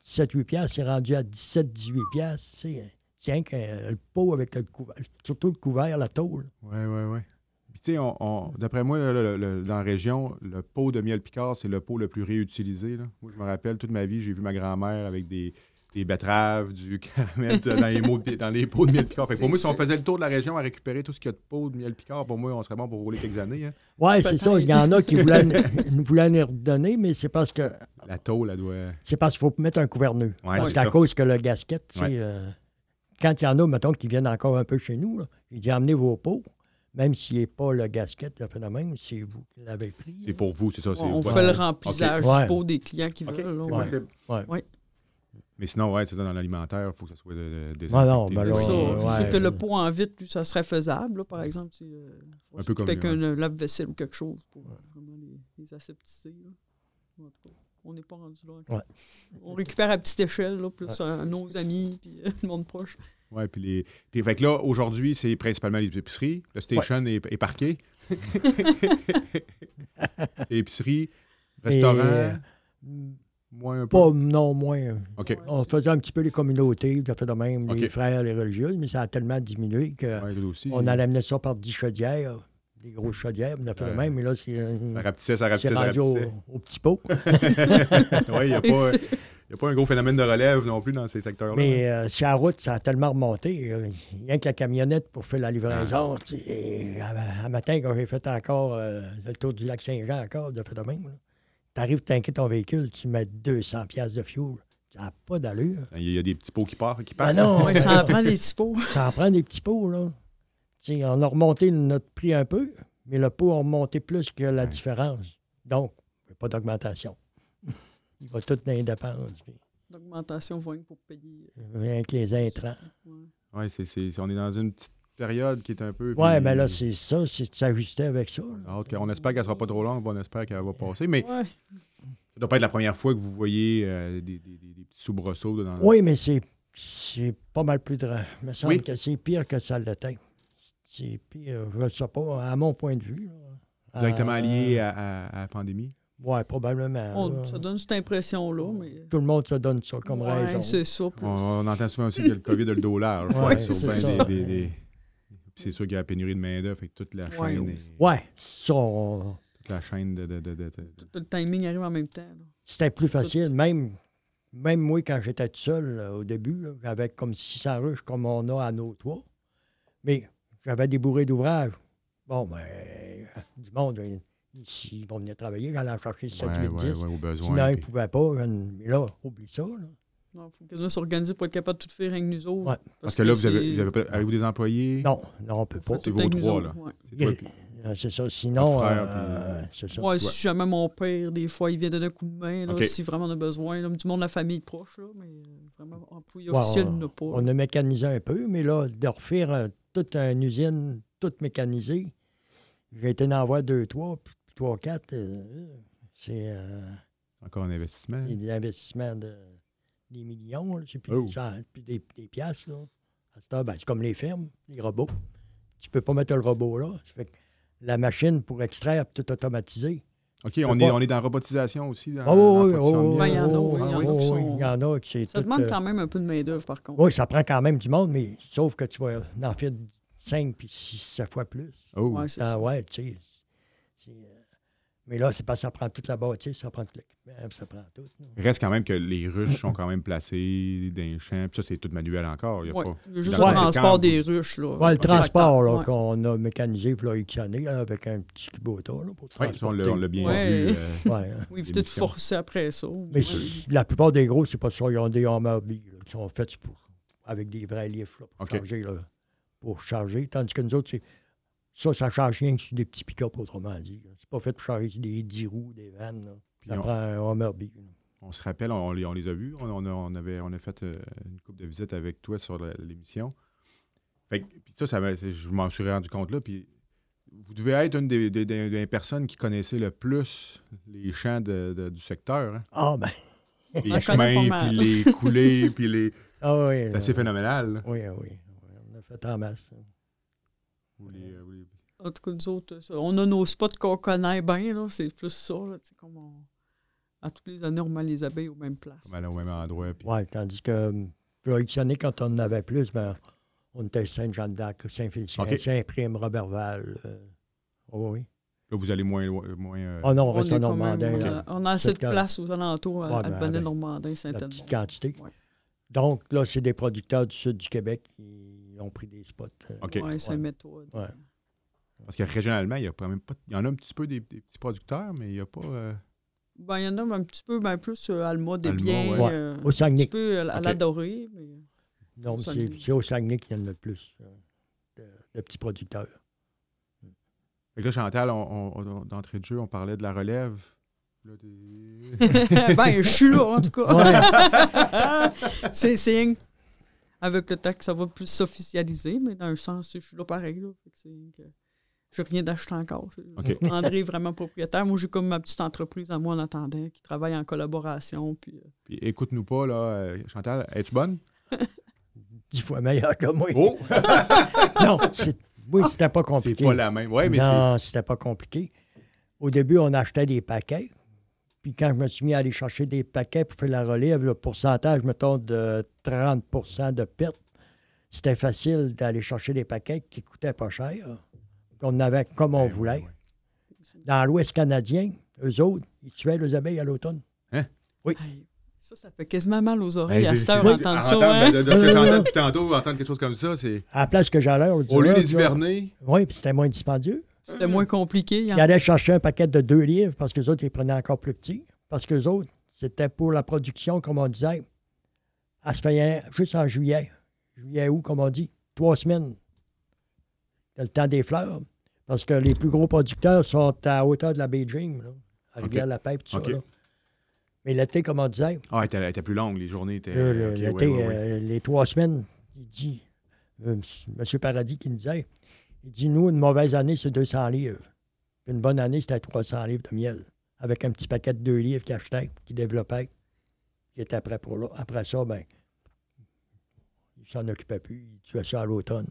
17-8 piastres, c'est rendu à 17-18 piastres, tu sais. Tiens, que, euh, le pot avec le couvert, surtout le couvert, la tôle.
Ouais, ouais, ouais. Puis, tu sais, on- on- d'après moi, là, le- le- dans la région, le pot de miel Picard, c'est le pot le plus réutilisé. là. Moi, je me rappelle, toute ma vie, j'ai vu ma grand-mère avec des, des betteraves, du caramel de- dans les, mots de- dans les pots de miel Picard. Fait que pour
C'est-
moi, si on
c'est-
faisait le tour de la région à récupérer tout ce qu'il y a de pots de miel Picard, pour moi, on serait bon pour rouler quelques années. hein.
Ouais, c'est ça. Il y en a qui voulaient, nous- voulaient nous redonner, mais c'est parce que
La tôle, elle doit.
C'est parce qu'il faut mettre un couverneux.
c'est
parce qu'à
ça.
Ah, cause que le gasket, tu sais,
Ouais.
euh, quand il y en a, mettons, qui viennent encore un peu chez nous, là, il dit amenez vos pots, même s'il n'est pas le gasket, le phénomène, c'est vous qui l'avez pris.
C'est pour vous, c'est ça. c'est-
on
ouais.
fait le remplissage
Ouais.
du pot des clients qui
OK,
veulent. là,
c'est
ouais.
possible.
Ouais.
Ouais.
Mais sinon, ouais, c'est dans l'alimentaire, il faut que ça soit euh, de, des
Ah non, ben
C'est
là,
ça.
euh,
C'est
ouais.
sûr que le pot en vitre, lui, ça serait faisable, là, par exemple. si, euh,
Un peu comme
Avec
lui,
un euh, lave-vaisselle ou quelque chose pour euh, vraiment les, les aseptiser. là. En tout cas, on n'est pas rendu là. encore. On récupère à petite échelle, là, plus euh, nos amis puis euh, le monde proche.
Ouais, puis les. puis- fait que là, aujourd'hui, c'est principalement les épiceries. Le station est, est parqué. c'est épicerie, restaurant,
Et, euh,
moins un peu.
Pas, non, moins.
OK.
On faisait un petit peu les communautés, on fait de même, les
OK.
frères, les religieuses, mais ça a tellement diminué que
Ouais, eux aussi.
on allait amener ça par 10 chaudières, des grosses chaudières, on a fait de
Ouais.
même, mais là, c'est euh,
Ça rapetissait, ça
c'est
rapetissait, ça
rendu au,
rapetissait.
au petit pot.
ouais, il n'y a,
Et
pas-
c'est-
y a pas un gros phénomène de relève non plus dans ces secteurs-là.
Mais euh, sur la route, ça a tellement remonté. euh, Rien que la camionnette pour faire la livraison. tu sais, et à- à matin, quand j'ai fait encore euh, le tour du lac Saint-Jean, encore, de fait de même, là, t'arrives, t'inquiètes ton véhicule, tu mets 200 pièces de fuel. Ça n'a pas d'allure.
Il y a- il y a des petits pots qui partent. Qui
Ben
partent.
non,
Ouais, ça en prend des petits pots.
ça en prend des petits pots, là. tu sais, on a remonté notre prix un peu, mais le pot a remonté plus que la différence. Donc, il n'y a pas d'augmentation. Il va tout dans les dépenses, puis,
L'augmentation va être pour payer.
euh, rien que les intrants.
ouais.
Oui, c'est, c'est- on est dans une petite période qui est un peu.
Ouais,
puis-
mais là, c'est ça, c'est de s'ajuster avec ça. là.
Ah, ok, On espère qu'elle ne sera pas trop longue, on espère qu'elle va passer. Mais
Ouais.
ça ne doit pas être la première fois que vous voyez euh, des, des- des- des petits soubresauts dans
Oui, mais c'est, c'est pas mal plus drôle. Il me semble
Oui.
que c'est pire que ça l'était. C'est pire, je ne sais pas, à mon point de vue. là.
directement
Euh,
liés à, à- à la pandémie.
Oui, probablement.
On-
là.
ça donne cette impression-là, mais.
Tout le monde se donne ça Euh, comme
Ouais,
raison.
C'est ça. puis-
On, on entend souvent aussi que le COVID a le dollar. je
Ouais,
pense, hein, sur
c'est
bien
ça.
des- des- des- Puis c'est sûr qu'il y a la pénurie de main-d'œuvre, fait que toute la
Ouais,
chaîne.
oui.
est-
Oui, ça, on-
Toute la chaîne de. de- de- de- de-
Tout le timing arrive en même temps. là.
c'était plus facile. Même, même moi, quand j'étais tout seul là, au début, là, j'avais comme 600 ruches comme on a à nos toits. Mais j'avais des bourrées d'ouvrages. Bon, mais du monde, euh, ici, ils vont venir travailler, j'allais en chercher 7,
Ouais,
8,
ouais,
10.
ouais, au
Sinon, ils
besoin.
ne
puis-
pouvaient pas. je ne- Mais là, oublie ça. là.
Il faut quasiment s'organiser pour être capable de tout faire avec nous autres.
Ouais.
Parce que là, vous avez,
c'est-
vous avez, pas- avez-vous des employés?
Non, non, on ne peut
faut
pas.
c'est
tout
vos
avec nous
droits,
autres,
là.
ouais.
C'est toi,
Il-
puis-
Euh, C'est ça. Sinon,
Votre frère,
euh,
puis-
c'est ça.
Ouais, si jamais mon père, des fois, il vient donner un coup de main, là,
OK.
si vraiment on a besoin. Là, du monde de la famille proche, là, mais euh, vraiment, employé
Ouais,
officiel, il n'y en a pas.
On a mécanisé un peu, mais là, de refaire euh, toute une usine, toute mécanisée, j'ai été en voir deux, trois, puis puis trois, quatre. euh, c'est euh,
Encore un investissement.
c'est des investissements de des millions, là, c'est plus,
Oh.
ça- puis des, des piastres. là. À cette heure, ben, c'est comme les fermes, les robots. Tu peux pas mettre le robot là. Ça fait que la machine pour extraire, tout automatiser.
OK,
peux
on est,
pas-
on est dans la robotisation aussi. Dans,
Ah oui, oui,
dans la
oui,
production de
oui,
Ben,
miel.
il y en a,
oui,
oui, il y en a
oui,
qui
oui,
sont-
oh, il y en a qui c'est
Ça
tout,
demande
euh,
quand même un peu de main-d'œuvre, par contre.
Oui, ça prend quand même du monde, mais sauf que tu vas en faire 5 puis 6, 7 fois plus.
Oh,
Ouais, c'est
Ah
ça.
ouais, tu sais. c'est- euh, mais là, c'est parce que ça prend toute la bâtisse, ça prend tout l'équipement, ça prend tout. là.
Oh, Reste quand même que les ruches sont quand même placées dans les champs. Puis ça, c'est tout manuel encore. Il y a
Ouais.
pas...
Il y a juste
Dans
le
la
transport
séquence.
des ruches. Là,
Ouais, le
Par
transport là,
tracteur, ouais.
qu'on a mécanisé là, X années, là, avec un petit cuboto là, pour
Ouais, ça, on l'a on l'a
transporter.
bien
Ouais.
vu. euh,
Ouais, hein.
Oui, éviter de forcer après ça.
Mais
Ouais.
c'est- la plupart des gros, c'est pas ça. Ils ont des Hummerby là, qui sont faits pour, avec des vrais livres là, pour,
OK.
charger, là, pour charger. Tandis que nous autres, c'est- ça, ça charge rien que sur des petits pick-up, autrement dit. là. C'est pas fait pour charger sur des 10 roues, des vannes. là.
puis
Ça
on-
prend un Hummerby.
On se rappelle, on, les- on les a vus. On, on a, on avait, on a fait euh, une coupe de visite avec toi sur la- l'émission. Fait que- puis ça, ça m'a- c'est- je m'en suis rendu compte là. Puis vous devez être une des, des- des- des personnes qui connaissait le plus les champs de- de- du secteur. hein.
Ah, ben.
Les
Ah, je connais pas
chemins,
mal.
puis les coulées, puis les.
Ah oui.
C'est
là.
assez phénoménal. là.
Oui, oui. oui, On a fait en masse.
Ou les- ou les-
En tout cas, nous autres, ça, on a nos spots qu'on connaît bien. là, C'est plus ça. Là, tu sais, comme on- À toutes les années, on met les abeilles aux mêmes places.
comme aller au même endroit. puis-
Oui, tandis que là, X années, quand on en avait plus, ben, on était Sainte-Jeanne d'Arc, Saint-Félicien,
OK.
Saint-Prime, Robertval. euh, oh oui.
Là, vous allez moins loin. moins, euh,
Ah non, on
On,
reste
est
en
quand même-
Normandin.
on
là.
a- on a assez de
Cette-
place aux alentours à
Ouais, ben,
Albanais,
avec
Normandin, saint
la petite quantité.
Ouais.
Donc, là, c'est des producteurs du sud du Québec qui ont pris des spots. euh,
OK.
Oui, c'est
Ouais.
méthode.
Ouais.
Parce que régionalement, il y a quand même pas. Il y en a un petit peu des, des petits producteurs, mais il n'y a pas. euh,
Ben, il y en a un petit peu ben, plus euh, Alma des
Alma,
biens.
ouais.
euh,
Au
un petit
Saguenay.
peu à, à
Ok.
l'adorer. Mais...
Non, mais
Saguenay.
c'est c'est au Saguenay qu'il y en a le plus euh, de, de petits producteurs.
Fait que là, Chantal, on- on- on- d'entrée de jeu, on parlait de la relève. Là, des-
ben, je suis là, en tout cas. c'est c'est rien que avec le temps que ça va plus s'officialiser, mais dans un sens, je suis là pareil. Là. Fait que c'est rien que- j'ai rien d'acheté encore. C'est-
OK.
André est vraiment propriétaire. Moi, j'ai comme ma petite entreprise à moi en attendant, qui travaille en collaboration. Puis, euh,
Puis écoute-nous pas, là, euh, Chantal, es-tu bonne?
Dix fois meilleur que moi.
Oh!
Non, c'est- oui, c'était pas
c'est
compliqué.
pas la même. Ouais, mais c'est.
non, c'était pas compliqué. Au début, on achetait des paquets. Puis quand je me suis mis à aller chercher des paquets pour faire la relève, le pourcentage, mettons, de 30 de perte, c'était facile d'aller chercher des paquets qui coûtaient pas cher, qu'on avait comme on
Ben, Ouais,
voulait.
ouais, ouais.
Dans l'Ouest canadien, eux autres, ils tuaient les abeilles à l'automne.
hey, ça, ça fait quasiment mal aux oreilles à
Ben,
cette
c'est-
heure
oui,
d'entendre
à
ça.
entendre,
hein?
ben, de- de ce que
Non, non,
j'entends
non.
depuis tantôt, entendre quelque chose comme ça, c'est.
À la place que j'allais, on le
Au lieu
disait,
des
là,
hivernés,
Oui, puis c'était moins dispendieux.
C'était moins compliqué. il y en-
Ils allaient chercher un paquet de deux livres parce que les autres, ils prenaient encore plus petit. Parce que les autres, c'était pour la production, comme on disait. Elle se faisait juste en juillet. Juillet août, comme on dit. Trois semaines. le temps des fleurs. Parce que les plus gros producteurs sont à hauteur de la Beijing, là, à
OK.
Rivière-la-Paix, tout ça.
OK.
là. Mais l'été, comme on disait,
Ah, elle était, elle était plus longue, les journées étaient.
Là, le-
ok,
l'été,
ouais, ouais, ouais.
euh, les trois semaines, il dit, euh, M. Paradis qui me disait, il dit, nous, une mauvaise année, c'est 200 livres. Puis une bonne année, c'était 300 livres de miel, avec un petit paquet de 2 livres qu'il achetait, qu'il développait, qui était prêt pour là. Après ça, ben, il s'en occupait plus, il tuait ça à l'automne.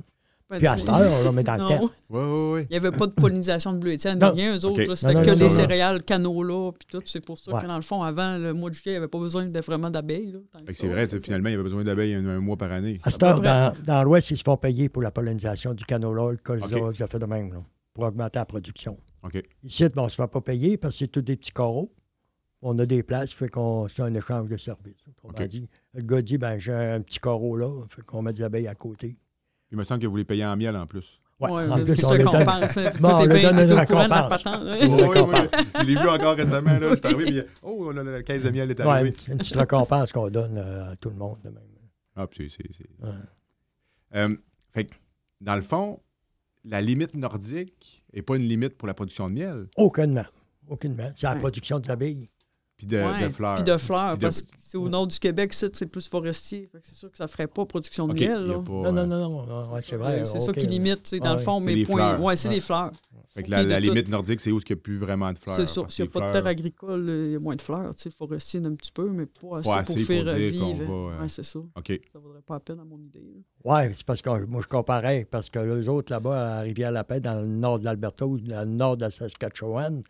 Ben,
Puis à
c'est-
cette heure, là, mais dans le
Non,
temps.
Ouais, ouais, ouais.
il n'y avait pas de pollinisation de bleu étienne,
Non.
rien, eux autres.
OK.
là, C'était
Non, non,
que
non,
des
non.
céréales canola, puis tout. C'est pour ça
Ouais.
que, dans le fond, avant, le mois de juillet, il n'y avait pas besoin de, vraiment d'abeilles. là, tant que
Fait que
ça.
c'est vrai, tu sais, finalement, il y avait besoin d'abeilles un, un mois par année.
À cette
à
heure,
peu
dans, dans l'Ouest, ils se font payer pour la pollinisation du canola, le colza,
OK.
ça fait de même, là, pour augmenter la production.
OK.
Ici, ben, on ne se fait pas payer parce que c'est tous des petits coraux. On a des places, fait qu'on c'est un échange de services. autrement
OK.
dit. Le gars dit ben, j'ai un petit coraux là, fait qu'on met des abeilles à côté.
Il me semble que vous les payez en miel en plus.
Ouais,
Ouais,
en
le-
plus,
c'est
on les
une
donne-
compense. hein,
Bon,
tout
on
est
leur
bien,
donne
tout
une
est au courant de la
récompense.
patente. hein.
Oui,
Ouais,
d'accord.
ouais, Je l'ai vu encore récemment, là. Je suis arrivé, puis oh, la, la caisse de miel est
Ouais, une
arrivée.
petite- une petite récompense qu'on donne euh, à tout le monde. de même.
Ah, puis c'est. c'est- c'est-
Ouais.
Euh, fait que, dans le fond, la limite nordique n'est pas une limite pour la production de miel,
Aucunement. Aucunement. C'est la
Ouais.
production de l'abeille.
puis de,
Ouais,
de fleurs.
Puis de fleurs,
Puis de-
parce que c'est au nord du Québec, c'est c'est plus forestier. Fait que C'est sûr que ça ne ferait pas production de
OK,
miel.
il y a
là. Euh,
pas,
Non,
euh,
non, non, non. non, Ah, ouais, c'est vrai.
C'est ça
OK,
qui limite, tu sais, dans le
Ouais.
fond,
C'est
mes
les
points.
fleurs.
Ouais, c'est
Ouais.
les fleurs.
Fait que la,
Puis de
la
tout-
limite nordique, c'est où est-ce qu'il n'y a plus vraiment de fleurs.
C'est sûr,
parce
s'il n'y a
que
pas de
les
terre
fleurs,
agricole, euh, il y a moins de fleurs. Tu sais, forestier, un petit peu, mais pas assez,
Pas assez
pour faire
pour dire qu'on
vivre.
va, euh,
Ouais, c'est ça.
OK.
Ça ne vaudrait pas la peine, à mon idée. là.
Oui, c'est parce que moi, je comparais, parce que les autres, là-bas, à Rivière-la-Paix, dans le nord de l'Alberta ou dans le nord de la Saskatchewan,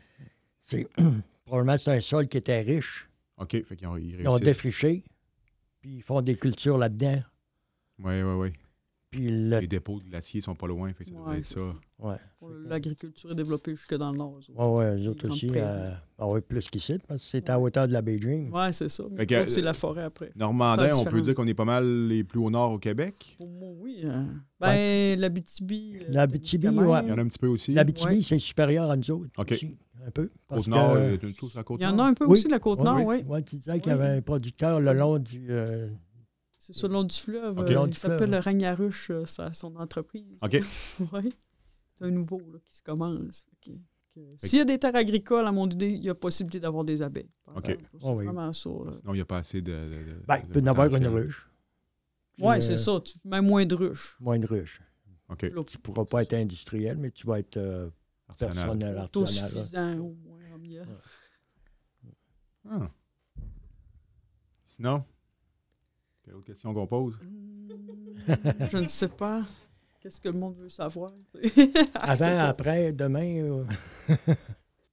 c'est probablement c'est un sol qui était riche.
OK. Fait qu'ils ont, ils
Ils ont
réussissent.
défriché, puis ils font des cultures là-dedans.
Ouais, ouais, ouais.
Puis le...
Les dépôts de glacier sont pas loin, fait que ça doit
Ouais,
être
c'est
ça.
ça.
Ouais,
L'agriculture est développée jusque dans le nord. eux autres.
ouais, ouais, eux autres
Ils ont
aussi,
pris.
euh, ah ouais, plus qu'ici, parce que c'est à hauteur de la Beijing.
Ouais, c'est ça.
Fait
Mais
que,
pas que c'est
euh,
la forêt après.
Normandin,
Ça,
on peut
différent.
dire qu'on est pas mal les plus au nord au Québec.
Pour moi, oui. euh, Ben, la BTB.
La
Il
BTB,
y
ouais.
en a un petit peu aussi.
La L'Abitibi,
Ouais.
c'est supérieur à nous autres,
OK.
aussi, un peu.
Au
parce
nord,
que-
euh, tout- tout sur la côte
Il y en a
nord.
un peu
Oui.
aussi de la côte
Ouais,
nord,
ouais.
oui.
Ouais, tu disais qu'il y avait un producteur le long du... euh,
C'est sur le long du fleuve.
Ok.
euh,
Le
long
il
du fleuve,
s'appelle
ouais.
Ragnaruche, euh, sa- son entreprise.
OK.
oui. C'est un nouveau là, qui se commence. Fait que- que- S'il y a des terres agricoles, à mon idée, il y a possibilité d'avoir des abeilles. par
OK.
exemple. C'est
Oh oui.
vraiment ça. là.
Sinon, il n'y a pas assez de. de- de-
ben, il
de
peut y en avoir une
potentiel.
ruche. Puis,
Oui,
euh,
c'est ça. Tu mets moins de ruches.
Moins une ruche.
OK.
Là,
tu ne pourras pas être industriel, mais tu vas être euh,
Artisanal.
personnel, artisanal. là.
Autosuffisant au moins en miel.
Ah. Sinon, quelle autre question qu'on pose?
Hmm, Je ne sais pas. Qu'est-ce que le monde veut savoir? ah,
Avant, après, demain. euh,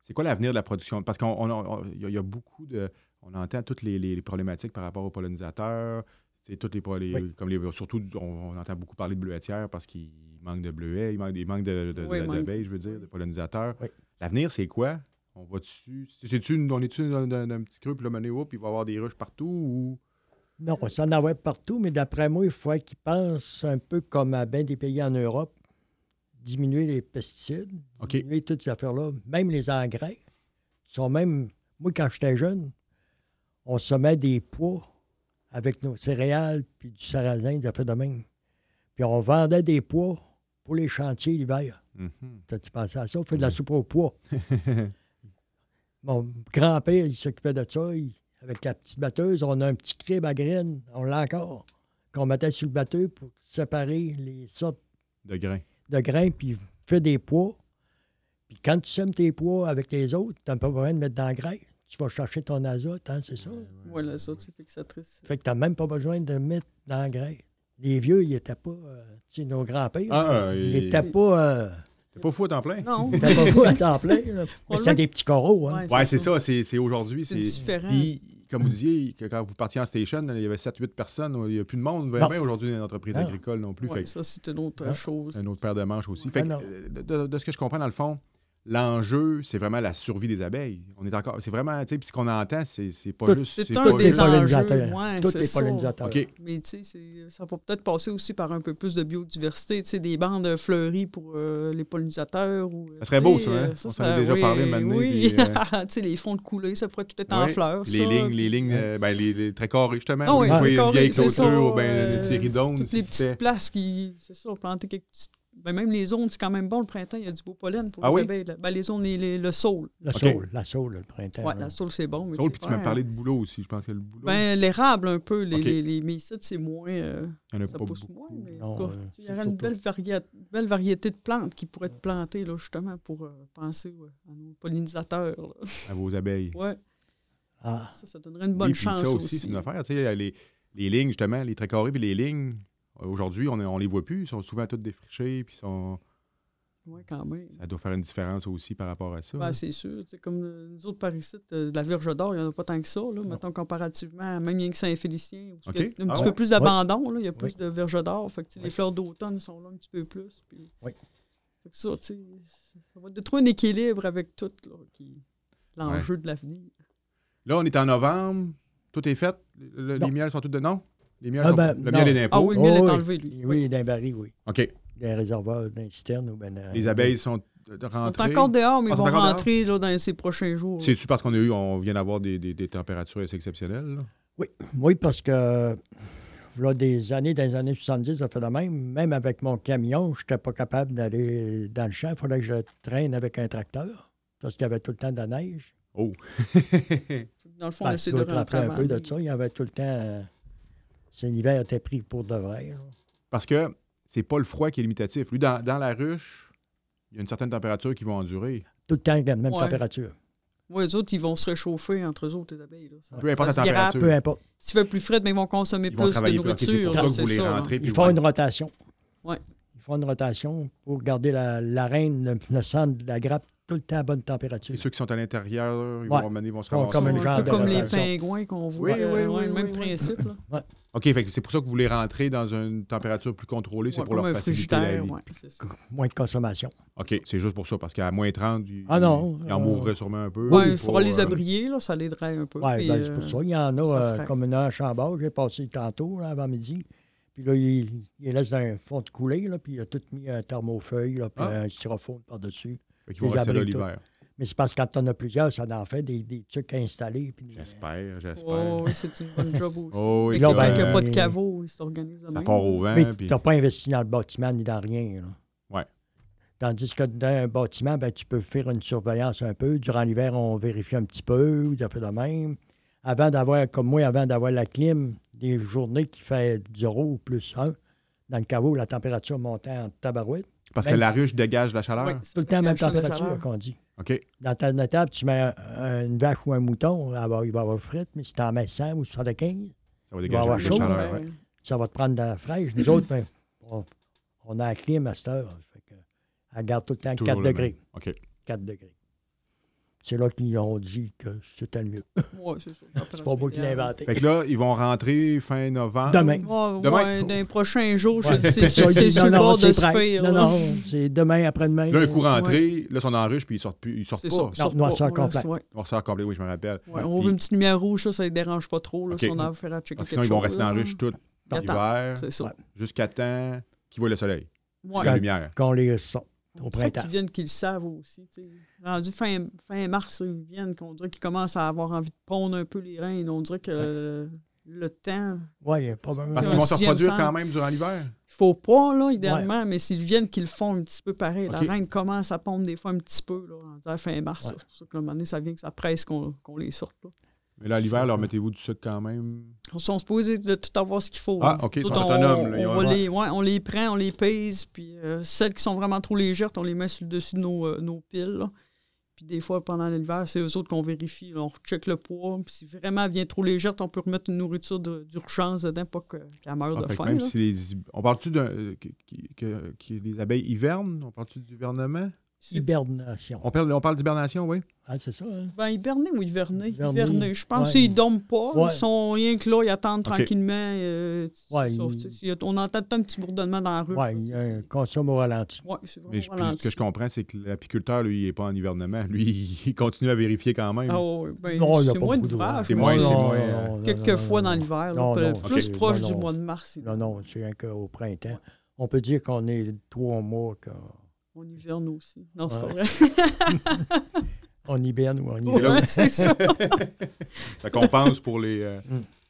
C'est quoi l'avenir de la production? Parce qu'il y, a- il y a beaucoup de. On entend toutes les, les- les problématiques par rapport aux pollinisateurs. c'est Toutes les, pro- les-
Oui.
comme les, surtout, on, on entend beaucoup parler de bleuetières parce qu'il manque de bleuets, il manque, il manque de, de, de-
Oui, il manque.
d'abeilles, je veux dire, de pollinisateurs.
Oui.
L'avenir, c'est quoi? On va-tu. c'est-tu une- on est-tu dans, dans- dans un petit creux, puis là, mané, hop, il va y avoir des ruches partout ou.
Non, on s'en avait partout, mais d'après moi, il faut qu'ils pensent un peu comme à bien des pays en Europe. Diminuer les pesticides,
OK.
diminuer toutes ces affaires-là, même les engrais. Ils sont même. Moi, quand j'étais jeune, on semait des pois avec nos céréales puis du sarrasin, ça fait de même. Puis on vendait des pois pour les chantiers l'hiver.
Mhm.
T'as-tu pensé à ça? On fait de la soupe au poids. Mon grand-père, il s'occupait de ça. Il- avec la petite batteuse, on a un petit crib à graines. On l'a encore. Qu'on mettait sur le batteur pour séparer les sortes
De grains.
de grains, puis fait des pois. Puis quand tu sèmes tes pois avec les autres, t'as pas besoin de mettre d'engrais. Tu vas chercher ton azote, hein, c'est ça?
voilà, ça, c'est fixatrice.
Fait que t'as même pas besoin de mettre d'engrais. Les vieux, ils étaient pas... euh, tu sais, nos grands-pères,
Ah,
ils
il-
étaient pas... euh,
T'es pas fou à temps plein?
Non.
T'as pas beau à temps plein,
On
là. Mais
l'a-
c'était des petits coraux, hein.
Ouais,
Ouais, c'est ça. C'est c'est aujourd'hui.
C'est différent.
Puis, comme vous disiez, que quand vous partiez en station, il y avait 7-8 personnes. Il n'y a plus de monde vraiment aujourd'hui dans les entreprises
Non.
agricoles non plus.
Ouais, Ah
Fait que
ça, c'est une autre
Ouais.
chose.
c'est un autre paire de manches aussi.
Ouais,
Fait que,
non.
euh, de, de- de ce que je comprends, dans le fond, l'enjeu, c'est vraiment la survie des abeilles. On est encore. C'est vraiment. Tu sais, puis ce qu'on entend, c'est c'est pas
Tout-
juste.
C'est
pas juste-
un des enjeux.
pollinisateurs.
Ouais,
Tous
c'est
les
ça.
pollinisateurs.
OK.
Mais tu sais, c'est- ça va peut-être passer aussi par un peu plus de biodiversité, tu sais, des bandes fleuries pour euh, les pollinisateurs. Ou,
Ça serait
tu sais,
beau, ça, hein?
euh,
On s'en est déjà
oui,
parlé maintenant,
Oui,
puis, euh,
tu sais, les fonds de coulée, ça pourrait tout être en
Ouais.
fleurs.
Les
ça.
lignes, les lignes, euh, ben, les, les très carrés, justement.
Ah
Vous
oui,
voyez
très
une vieille
carrés, c'est ça,
clôture, ou ben,
euh,
une série d'ondes.
Toutes les
si c'était-
petites places qui. C'est ça, planter quelques petites ben, même les zones, c'est quand même bon le printemps, il y a du beau pollen pour
Ah
les
oui?
abeilles. là. Ben, les zones, les- les- le saule.
La
OK.
saule, la saule, le printemps.
Ouais,
là.
la saule, c'est bon. mais
Saul,
c'est
Eh puis tu
pas-
m'as parlé de boulot aussi. Je pense que le boulot,
Ben, l'érable, un peu. Les,
OK.
les, les mycètes, c'est moins. euh,
il n'y en a
ça
pas
pousse
beaucoup.
moins. Mais
Non,
en tout cas,
euh,
il y
c'est
aurait une
surtout-
belle, varia- belle variété de plantes qui pourraient être plantées, là, justement, pour euh, penser ouais, à nos pollinisateurs. là.
à vos abeilles.
Ouais,
Ah,
ça, ça donnerait une bonne
Oui, puis
chance.
ça aussi,
aussi,
c'est une affaire. Tu sais, les, les lignes, justement, les traits carrés puis les lignes, euh, aujourd'hui, on ne les voit plus. Ils sont souvent toutes défrichées. Puis sont...
Ouais, quand même.
ça doit faire une différence aussi par rapport à ça.
Ben, c'est sûr. tu sais, Comme euh, nous autres par ici, euh, de la Vierge d'Or, il n'y en a pas tant que ça. Là, mettons comparativement, à même rien que Saint-Félicien, où
OK.
il y a un
Ah
petit
ouais.
peu plus d'abandon. là, Il y a
Oui.
plus de Vierge d'Or. Fait que, tu sais,
Oui.
Les fleurs d'automne sont là un petit peu plus. puis-
Oui.
Fait que ça, tu sais, ça va de trouver un équilibre avec tout là, qui l'enjeu de l'avenir.
Là, on est en novembre. Tout est fait. Le-
Non.
les miels sont toutes de non? Les miels
Ah,
sont-
ben,
le
non.
miel est d'impôt.
Ah oui, le miel
Oh,
est enlevé, lui.
oui,
Oui.
oui, d'un baril, oui.
Oh.
OK.
D'un réservoir, d'un citerne ou ben, d'un-
Les abeilles sont euh,
Ils sont
rentrées.
encore dehors, mais
Ah, sont
ils vont
encore dehors?
rentrer là, dans ces prochains jours.
C'est-tu parce qu'on a eu, on vient d'avoir des, des- des températures assez exceptionnelles? là?
Oui, parce que là, des années, dans les années 70, ça fait de même. Même avec mon camion, je n'étais pas capable d'aller dans le champ. Il fallait que je traîne avec un tracteur parce qu'il y avait tout le temps de la neige.
Oh!
Dans le fond, on
Ben,
essaie
tu
de
dois te
rentrer
rappeler un
avant.
peu de ça. Il y avait tout le temps... euh, C'est l'hiver était pris pour de vrai. là.
Parce que c'est pas le froid qui est limitatif. Lui, dans, dans la ruche, il y a une certaine température qui va endurer.
Tout le temps avec la même
Ouais.
température.
Ouais, les autres, ils vont se réchauffer entre eux autres, les abeilles. Là. Ça,
Peu importe
ça
la
se grappe.
température.
Peu importe.
S'il fait plus frais, mais ils vont consommer
Ils vont
plus de
travailler plus. Ok, c'est
nourriture.
pour ça que
c'est hein.
vous les
là.
rentrez. puis
Ils font
vous-
une rotation.
Ouais.
Ils font une rotation pour garder la, la reine, le, le centre de la grappe tout le temps à bonne température.
Et ceux qui sont à l'intérieur, ils
Ouais.
vont ramener, ils vont se
Bon,
ramasser.
comme
Ouais,
une
un
genre
peu
de
comme les
rotation.
pingouins qu'on voit.
Oui,
euh,
oui,
ouais,
oui,
le même
oui, oui.
principe. là.
OK, fait que c'est pour ça que vous voulez rentrer dans une température plus contrôlée, c'est
Ouais,
pour
comme
leur
un
faciliter la
frigidaire.
vie.
ouais, c'est ça.
Moins de consommation.
OK, c'est juste pour ça, parce qu'à moins 30, ils,
Ah non,
ils en
euh,
mourraient sûrement un peu.
Ouais,
pour,
il faudra les
euh,
abrier, là, ça l'aiderait un peu.
Oui,
puis,
ben, c'est pour
euh,
ça. Il y en a
ça
euh,
ferait.
comme une heure en bas. J'ai passé tantôt, là, avant midi. Puis là, il, il laisse dans un fond de coulée, là, puis il a tout mis un thermofeuille, là, puis
Ah.
un styrofoam par-dessus.
fait qu'ils vont
les
rester là
abris, tout.
l'hiver.
Mais c'est parce que quand on a plusieurs, ça en fait des, des trucs installés. Puis,
J'espère, j'espère.
oh, oui, c'est une bonne job aussi.
Oh, oui,
Fait que
là,
quand il n'y
ben,
a pas de
euh,
caveau, ils s'organisent de
ça
même.
part au vent.
mais
puis-
tu n'as pas investi dans le bâtiment ni dans rien. là.
Ouais.
Tandis que dans un bâtiment, ben, tu peux faire une surveillance un peu. Durant l'hiver, on vérifie un petit peu, ou ça fait de même. Avant d'avoir, comme moi, avant d'avoir la clim, des journées qui fait 0 ou plus 1, dans le caveau, la température montait en tabarouette.
Parce que
ben,
la ruche dégage la chaleur.
Ouais,
Tout le temps, même
la chambre de
température
chaleur.
qu'on dit.
OK.
Dans ta dans la table, tu mets un- une vache ou un mouton, elle va- il va avoir frette, mais si tu en mets 100 ou 75,
Ça va
va
dégager
avoir
la
chaud,
chaleur.
Ouais.
ouais.
ça va te prendre de la fraîche. Nous autres, ben, on, on a la clim à cette heure. Fait que, elle garde tout le temps
Toujours
4
le
degrés.
même. OK.
4 degrés. C'est là qu'ils ont dit que c'était le mieux.
Ouais, c'est ça.
C'est pas moi qui l'ai inventé.
Fait que là, ils vont rentrer fin novembre.
Demain.
Ouais,
Demain.
ouais, dans les prochains jours, je
Ouais.
le sais, c'est
Ça,
c'est
il-
sur
non,
le
non,
bord de
c'est
se
prêt.
faire.
Non,
là.
non, c'est demain, après-demain.
Là, un coup rentré, là, ils sont en ruche, puis ils sortent, plus, ils sortent
C'est
pas.
ça. ils
On
sortent
non,
pas,
ça
on laisse-
complète.
ouais.
sort complet, oui, je me rappelle.
Ouais, on
Puis-
ouvre une petite lumière rouge, ça, ça les dérange pas trop. Là,
OK.
Si on a affaire à checker
Parce que
quelque
sinon, ils vont
chose,
rester en
là.
ruche tout
Ils attendent,
l'hiver,
C'est ça.
Ouais.
jusqu'à temps qu'ils voient le soleil,
Ouais.
la
Quand-
lumière.
Qu'on les sort
C'est
au
qu'ils
printemps.
viennent qu'ils le savent aussi. tu sais. Rendu fin, fin mars, ils viennent, qu'on dirait qu'ils commencent à avoir envie de pondre un peu les reins. On dirait que euh, le temps.
Oui, probablement.
Parce
Ouais.
qu'ils vont se
Sixième
reproduire
sens.
quand même durant l'hiver.
Il faut pas, là, idéalement, mais s'ils viennent, qu'ils le font un petit peu pareil.
OK.
La reine commence à pondre des fois un petit peu, là, rendu à fin mars.
Ouais.
là. C'est pour ça que, là, un moment donné, ça vient que ça presse qu'on qu'on les sorte. Là.
Mais là, l'hiver, leur mettez-vous du sucre quand même.
Ils sont supposés de tout avoir ce qu'il faut.
Ah,
là.
OK, ils
Tout,
sont
on,
autonomes, là, ils
on,
ont-
va les, ouais, on les prend, on les pèse, puis euh, celles qui sont vraiment trop légères, on les met sur le dessus de nos, euh, nos piles. là. Puis des fois, pendant l'hiver, c'est eux autres qu'on vérifie. là. on recheck le poids. Puis si vraiment elle vient trop légère, on peut remettre une nourriture de- d'urgence dedans, pas que- qu'elle meure
Ah,
de
fait que
faim.
même
là.
si les... On parle-tu d'un... euh, que- que- que- que les abeilles hivernent? On parle-tu d'hivernement?
Hibernation.
On parle, on parle d'hibernation, oui?
Ah, c'est ça, hein?
Ben, hiberner ou hiverner?
Hiberner.
Hiverner. Je pense
Ouais.
qu'ils dorment pas.
Ouais.
Ils sont rien que là, ils attendent
OK.
tranquillement. euh, c'est
Ouais,
ça,
ils-
tu sais, c'est- on entend tout un petit bourdonnement dans la rue.
Oui,
là,
il y
tu
a
sais,
un consomme au ralenti.
c'est- ouais, c'est vraiment
Mais je- puis
ralenti.
ce que je comprends, c'est que l'apiculteur, lui, il n'est pas en hivernement. Lui, il continue à vérifier quand même.
Oh.
Ah ouais, ben,
Non, il y a
c'est
pas
moins
beaucoup
d'ouvrage.
d'ouvrage.
C'est
mais
moins-
ça,
c'est
Non,
moins,
non,
euh,
non, non,
Quelques
non,
fois
non.
dans l'hiver, là,
Non,
peut-
non,
plus
ok.
proche
Non,
du
non.
mois de mars. c'est-
Non, non, c'est qu'au printemps. On peut dire qu'on est trois mois qu'on
On hiverne aussi. Non, c'est
Ouais.
pas vrai.
on hiberne ou on hiberne.
là-
Ouais, c'est ça.
Mm.
Fait qu'on pense pour les, euh,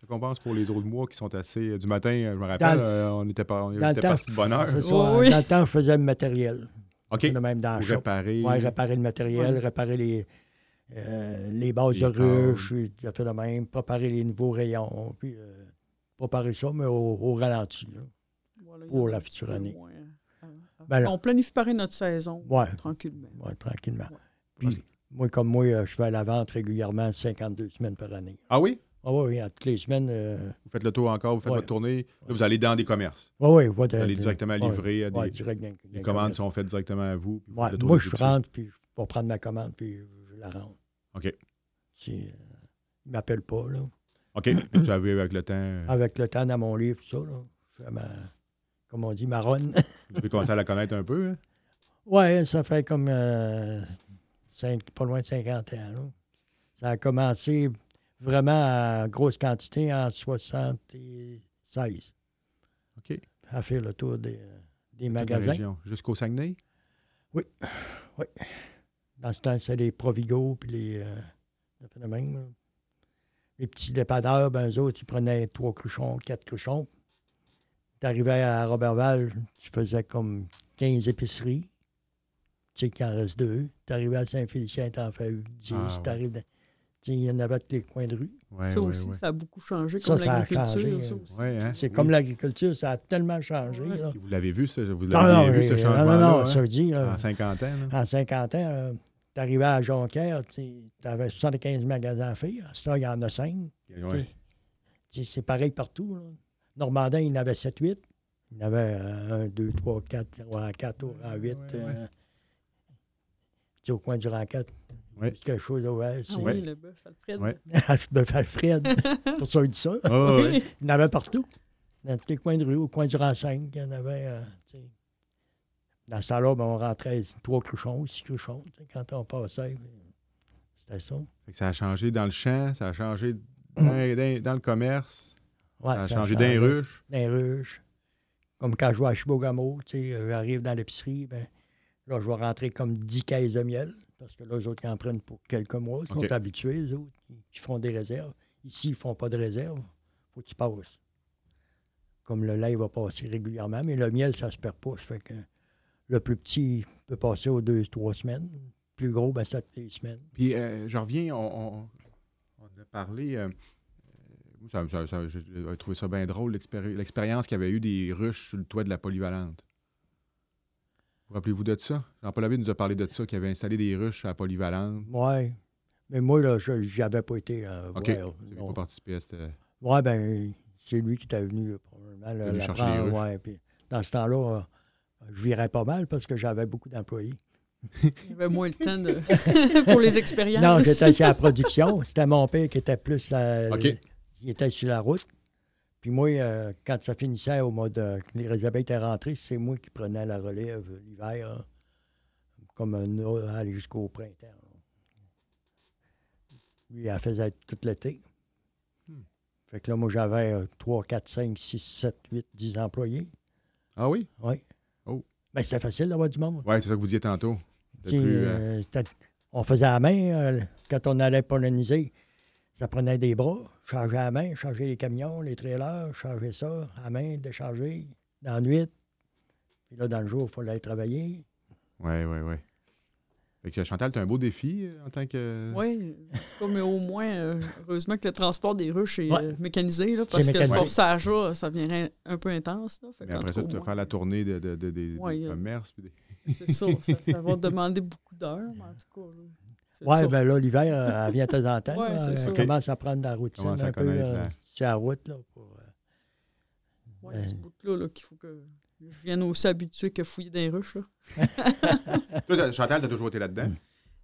récompense pour les autres mois qui sont assez. euh, Du matin, je me rappelle,
Dans-
euh, on était, par- on
Dans le
était
temps,
parti de bonne heure.
C'est ça,
Oui, oui.
Dans le temps, je faisais le matériel.
OK.
Le même dans la
Pour
shop.
réparer.
Ouais, réparer le matériel, réparer les, euh, les bases
Les
de
câbles.
ruche, et tout à fait le même, préparer les nouveaux rayons, puis euh, préparer ça, mais au, au ralenti. là.
Voilà, il y
Pour
en a
la
un petit
future
peu
année.
moins, euh, euh,
Ben là.
on planifie pareil notre saison,
Ouais.
tranquillement.
Ouais, tranquillement.
Ouais.
Puis, moi, comme moi, euh, je fais à la vente régulièrement 52 semaines par année.
Ah oui?
Ah oui, oui, à toutes les semaines. euh,
Vous faites le tour encore, vous faites
Ouais.
votre tournée. Là, vous allez dans des commerces.
ouais, ouais, va de-
Vous allez
de-
directement
ouais,
livrer à des.
ouais, direct dans- dans
les
le
commandes
commerce.
sont faites directement à vous. puis vous
Ouais,
faites le tour
moi,
des
je
boutiques.
rentre, puis je vais prendre ma commande, puis je la rends.
OK.
Si, euh, ils ne m'appellent pas, là.
OK. Vous savez, avec le temps,
Avec le temps dans mon livre, tout ça, là. Je fais ma- comme on dit, marronne.
vous avez commencé à la connaître un peu. hein?
ouais, ça fait comme euh, cinq- pas loin de 50 ans, là. Ça a commencé vraiment en grosse quantité en 76.
OK.
À faire le tour des, euh, des
Toute la
magasins.
région. Jusqu'au Saguenay.
Dans ce temps, c'est les Provigo puis les. euh, le phénomène, là. Les petits dépanneurs, ben, eux autres, ils prenaient trois cruchons, quatre cruchons. T'arrivais à Robertval, tu faisais comme 15 épiceries. Tu sais qu'il en reste deux. T'arrivais à Saint-Félicien, t'en fais 10.
Ah, ouais.
T'arrives dans- Tu sais, il y en avait tous les coins de rue.
Ouais,
ça
ouais,
aussi,
ouais.
ça a beaucoup changé,
Ça,
comme
ça a
l'agriculture.
changé,
ça
euh,
aussi.
Ouais, hein?
C'est
Oui.
comme l'agriculture, ça a tellement changé.
Ouais.
là.
Vous l'avez vu, ça, vous
Non, non,
l'avez vu, ce
euh, non, non,
changement-là.
non,
hein?
ça veut dire. là,
En 50 ans. là.
En 50 ans, euh, t'arrivais à Jonquière, tu avais 75 magasins à faire. À ce temps, il y en a 5.
Ouais.
C'est pareil partout. là. Normandin, il en avait 7-8. Il en avait euh, 1, 2, 3, 4, rang 4, au rang 8.
ouais,
euh, tu sais, au coin du rang 4.
Ouais.
Quelque chose, ouais.
Ah
c'est-
oui,
Ouais.
le bœuf, Alfred.
Ouais.
Alf- Alfred, pour ça, il dit ça.
Ah, ouais.
Il y en avait partout. Dans tous les coins de rue, au coin du rang 5, il y en avait. euh, tu sais. dans ce temps-là, ben, on rentrait trois cruchons, six cruchons. tu sais, Quand on passait, ben, c'était ça.
Fait que ça a changé dans le champ, ça a changé dans, dans- dans le commerce, ça a
Ouais, Mm. Ah, ça
changé dans les ruches.
Dans les ruches. Comme quand je vais à Chibogamo, tu sais, euh, j'arrive dans l'épicerie, ben, là, je vais rentrer comme 10 caisses de miel, parce que là, les autres, ils en prennent pour quelques mois. Ils sont
OK.
habitués, les autres. Ils- Ils font des réserves. Ici, ils font pas de réserve. faut que tu passes. Comme le lait il va passer régulièrement, mais le miel, ça se perd pas. Ça fait que le plus petit peut passer aux deux, trois semaines. Le plus gros, ben, ça, les semaines.
Puis euh, je reviens, on, on- on a parlé. euh, euh, ça- ça- ça- J'ai j'ai trouvé ça bien drôle, l'expéri- l'expérience qu'il y avait eu des ruches sur le toit de la polyvalente. Vous rappelez-vous de ça? Jean-Paul Abbé nous a parlé de ça, qu'il avait installé des ruches à la polyvalente.
Ouais. Mais moi, là, je- j'avais pas été. euh,
OK.
voir,
Vous n'avez
non.
pas participé à cette.
Ouais, ben, c'est lui qui était venu, euh, probablement. le-
venu
la
chercher
prendre,
les ruches.
ouais, puis dans ce temps-là, euh, je virais pas mal parce que j'avais beaucoup d'employés.
Il y avait moins le temps de- pour les expériences.
Non, j'étais sur la production. C'était mon père qui était plus. La,
OK.
Il était sur la route. Puis moi, euh, quand ça finissait au mois de. quand les abeilles étaient rentrées, c'est moi qui prenais la relève euh, l'hiver, hein, comme un autre, aller jusqu'au printemps. là. Lui, elle faisait tout l'été.
Hmm.
Fait que là, moi, j'avais euh, 3, 4, 5, 6, 7, 8, 10 employés.
Ah oui?
Oui.
Oh.
Mais c'était facile d'avoir du monde.
Oui, c'est ça que vous disiez tantôt. De
Puis,
plus, euh,
euh, c'était- on faisait à la main euh, quand on allait polliniser. Ça prenait des bras, charger à la main, charger les camions, les trailers, charger ça, à la main, décharger, dans la nuit. Puis là, dans le jour, il fallait aller travailler.
Oui, oui, oui. Fait que Chantal, tu as un beau défi euh, en tant que.
Oui, mais au moins, euh, heureusement que le transport des ruches est
Ouais.
euh, mécanisé, là,
C'est
parce que le
mécanisé.
forçage-là, ça viendrait un peu intense. Là, Fait
Mais
qu'en
après
tout
ça,
cas,
tu
au
vas faire la tournée de, de- de- des-
Ouais,
des
euh,
commerces. puis des-
moins, C'est ça, ça, ça va demander beaucoup d'heures, mais en tout cas. là, c'est
Ouais,
ça.
ben là, l'hiver, euh, elle vient de temps en temps.
Ouais,
là,
c'est
elle
ça.
commence à prendre la routine
Commence à
un peu
connaître
euh,
la-
sur la route. Là, pour, euh,
Ouais, il y a ce bout-là là, qu'il faut que je vienne aussi habituer que fouiller dans les ruches. là.
Toi, t'as- Chantal, tu as toujours été là-dedans.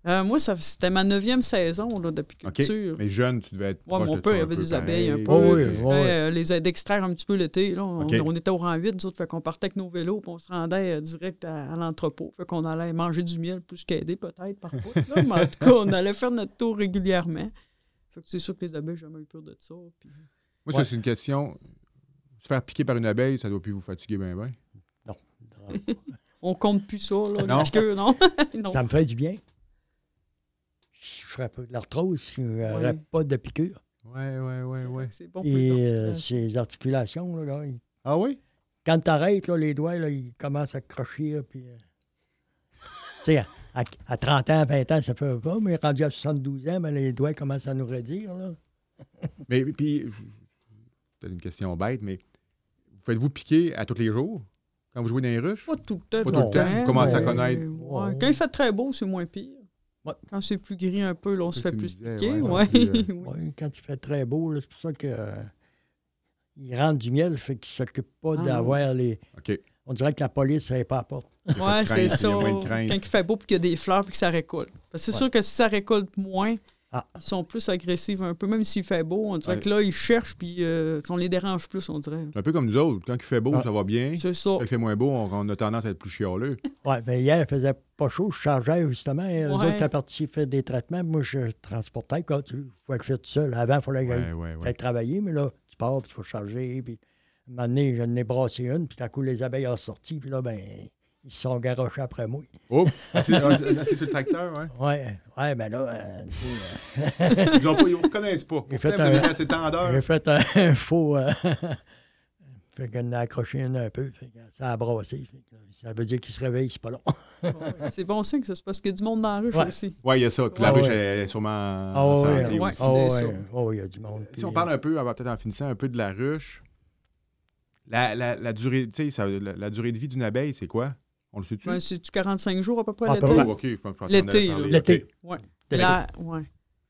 Euh, moi, ça- c'était ma neuvième saison là, d'apiculture.
Mais jeune, tu devais être.
Ouais,
proche
mon
de
père
ça
il
un
avait
peu
des abeilles
pareil.
un peu.
Ouais, oui,
puis je
ouais,
voulais,
ouais.
euh, les aider à extraire un petit peu l'été. là. On,
OK.
on était au rang 8, nous autres, fait qu'on partait avec nos vélos, puis on se rendait euh, direct à, à l'entrepôt. Fait qu'on allait manger du miel plus qu'aider, peut-être, par contre. là. Mais en tout cas, on allait faire notre tour régulièrement. Fait que c'est sûr que les abeilles, j'ai jamais eu peur de ça. puis-
Moi, ça, c'est une question. Se faire piquer par une abeille, ça doit plus vous fatiguer ben, bien, bien.
euh,
On compte plus ça, là,
Non.
la queue, non? non.
Ça me fait du bien. Je ferais pas de l'arthrose, je n'aurais
Ouais.
pas de piqûre.
Ouais, ouais, ouais,
C'est vrai
ouais.
que C'est bon pour
Et
les
euh,
articulations.
ses articulations, là, là, il-
Ah oui?
quand t'arrêtes, là, les doigts, là, ils commencent à crochir. Puis, euh, tu sais, à, à- à 30 ans, 20 ans, ça fait pas, mais rendu à 72 ans, ben, les doigts commencent à nous redire. Là.
Mais puis, je- peut-être une question bête, mais vous faites-vous piquer à tous les jours quand vous jouez dans les ruches?
Pas tout le temps.
Pas
tout le temps,
mais-
vous commencez
à
connaître.
ouais.
Ouais.
Quand il fait très beau, c'est moins pire.
Ouais.
Quand c'est plus gris un peu, là, on se
Ça, tu
fait
me
plus
disais,
piquer.
ouais, c'est
ouais.
plus,
Oui.
Oui, quand il fait très beau, là, c'est pour ça que euh, il rentre du miel, fait qu'il s'occupe pas
Ah,
d'avoir les.
OK.
On dirait que la police n'est pas à la porte.
pas
Ouais,
de
c'est
crainte,
ça.
il y a moins de
Quand
crainte.
il fait beau puis qu'il y a des fleurs puis que ça récolte. Parce que c'est
Ouais.
sûr que si ça récolte moins,
Ah.
ils sont plus agressifs un peu. Même s'il fait beau, on dirait
Ouais.
que là, ils cherchent puis euh, on les dérange plus, on dirait.
C'est un peu comme nous autres. Quand il fait beau,
Ah.
ça va bien.
C'est ça.
Quand il fait moins beau, on, on a tendance à être plus chialeux.
Oui, mais ben, hier, il faisait pas chaud, je chargeais justement. Et
Ouais.
Les autres étaient partis faire des traitements. Moi, je transportais. Quand tu pouvais le faire tout seul. Avant, il fallait que
Ouais, ouais, ouais.
Peut-être travailler, mais là, tu pars, puis tu faut charger. Puis, à un moment donné, je n'ai brassé une, puis d'un coup, les abeilles ont sorti, puis là, ben, ils se sont garochés après moi.
Oh, assis, assis sur le tracteur, ouais.
Ouais, ouais, mais là, euh, tu sais,
Ils ne vous reconnaissent pas. Pourtant,
J'ai fait
vous avez
un-
assez
euh,
tendeur.
j'ai fait un, un faux. euh, fait qu'on a accroché une un peu, fait que ça a brassé. fait que ça veut dire qu'ils se réveillent, c'est pas long.
Ouais. C'est bon signe que ça se passe qu'il y a du monde dans la ruche
Ouais.
aussi.
Oui, il y a ça. Puis la
Ah,
ruche
ouais.
elle est sûrement
Ah
en
ouais,
santé
ouais,
aussi.
ah
c'est
ouais,
ça.
oh, il y a du monde.
Si on
puis-
parle un peu, on va peut-être en finissant un peu de la ruche, la, la, la durée, tu sais, ça- la, la durée de vie d'une abeille, c'est quoi? On le sait-tu?
Ben, C'est-tu 45 jours à peu près
À peu
l'été?
près.
Oh, ok, je pense qu'on en
L'été,
avait parlé,
là.
L'été.
ok.
Ouais.
L'été.
Là, ouais.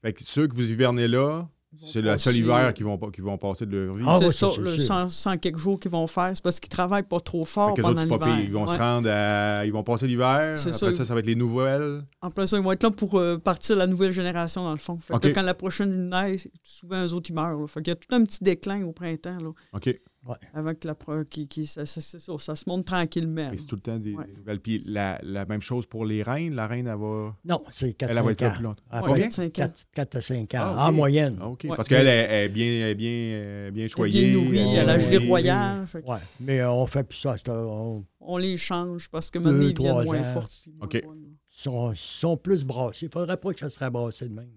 Fait que ceux que vous hivernez là, c'est le seul
Passer-
hiver qui vont, pas- qui vont passer de leur vie.
Ah
c'est
oui, ça,
ça,
c'est
le
sûr.
100, 100 quelques jours qu'ils vont faire. C'est parce qu'ils travaillent pas trop
Fait
fort
que les
pendant
autres, c'est pas
l'hiver.
pire. Ils vont
Ouais.
se rendre à. Ils vont passer l'hiver.
C'est
Après
ça.
ça, ça va être les nouvelles.
En plus, ils vont être là pour euh, partir la nouvelle génération, dans le fond. Fait que
OK.
là, quand la prochaine naît, souvent, eux autres, ils meurent. là. Fait qu'il y a tout un petit déclin au printemps, là,
OK. Et
avant que la pro... qui, qui- ça, ça- c'est ça, ça se monte tranquillement.
c'est tout le temps des
Ouais.
des nouvelles. Puis la, la même chose pour les reines. La reine, elle va.
Non, c'est
Elle, elle va être
4-5
là
ans.
plus longtemps.
Après,
Combien?
4-5 ans.
4, à 5 ans,
Ah,
en
ok.
moyenne.
Ah, OK.
Ouais.
Parce qu'elle elle est bien, elle est bien, euh, bien
Elle est
choyée.
bien nourrie,
bien
elle a la gelée
nourrie.
royale. Fait que
Ouais, mais euh, on fait plus ça. c'est, euh, on-
On les change parce que
Deux,
maintenant, ils
trois
viennent moins
ans.
forts. puis moins
OK.
bonnes, là.
Ils sont, ils sont plus brassés. Il faudrait pas que ça serait brassé de même.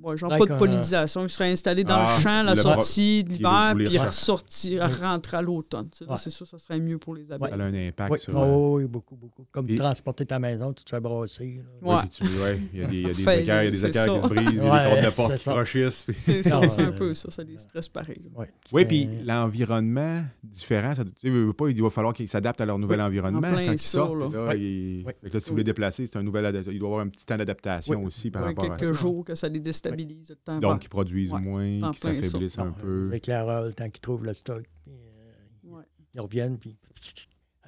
Ouais, genre
D'accord.
pas de pollinisation. Ils seraient installés dans
Ah,
le champ, la
le
sortie de l'hiver,
vous les
puis
rend-
ressortir, rentrer à l'automne. Tu sais, là,
Ouais.
C'est sûr, ça serait mieux pour les abeilles.
Ça a un impact
Oui,
sur.
ah
euh,
oui, beaucoup, beaucoup. Comme
Et-
transporter ta maison, tu te fais brasser. là.
ouais,
Ouais.
puis tu- ouais, il y a des, il y a des
Fait,
équerres, il y a des
c'est
équerres qui se
ça.
brisent, il y a
Ouais,
des cordes de
c'est
porte qui
ça.
crochissent. puis-
C'est ça,
Non,
c'est un
euh,
peu ça, ça les stresse pareil. là.
Ouais, tu
Oui,
fais-
puis l'environnement différent, ça, tu sais, veux, veux pas, il va falloir qu'ils s'adaptent à leur nouvel
Oui,
environnement
en plein
quand ils
ça,
sortent.
là.
puis Là.
Oui,
ils-
oui.
fait que là, si vous les déplacez, c'est un nouvel ad- il doit avoir un petit temps d'adaptation
Oui,
aussi par
Ouais,
rapport à
quelques
ça.
jours que ça les déstabilise. le temps
Donc,
va.
ils produisent
Ouais, c'est
moins,
en
qu'ils
plein ça.
s'affaiblissent un
Non,
peu.
Les éclaireurs, le temps qu'ils trouvent le stock, puis, euh,
Ouais.
ils reviennent, puis.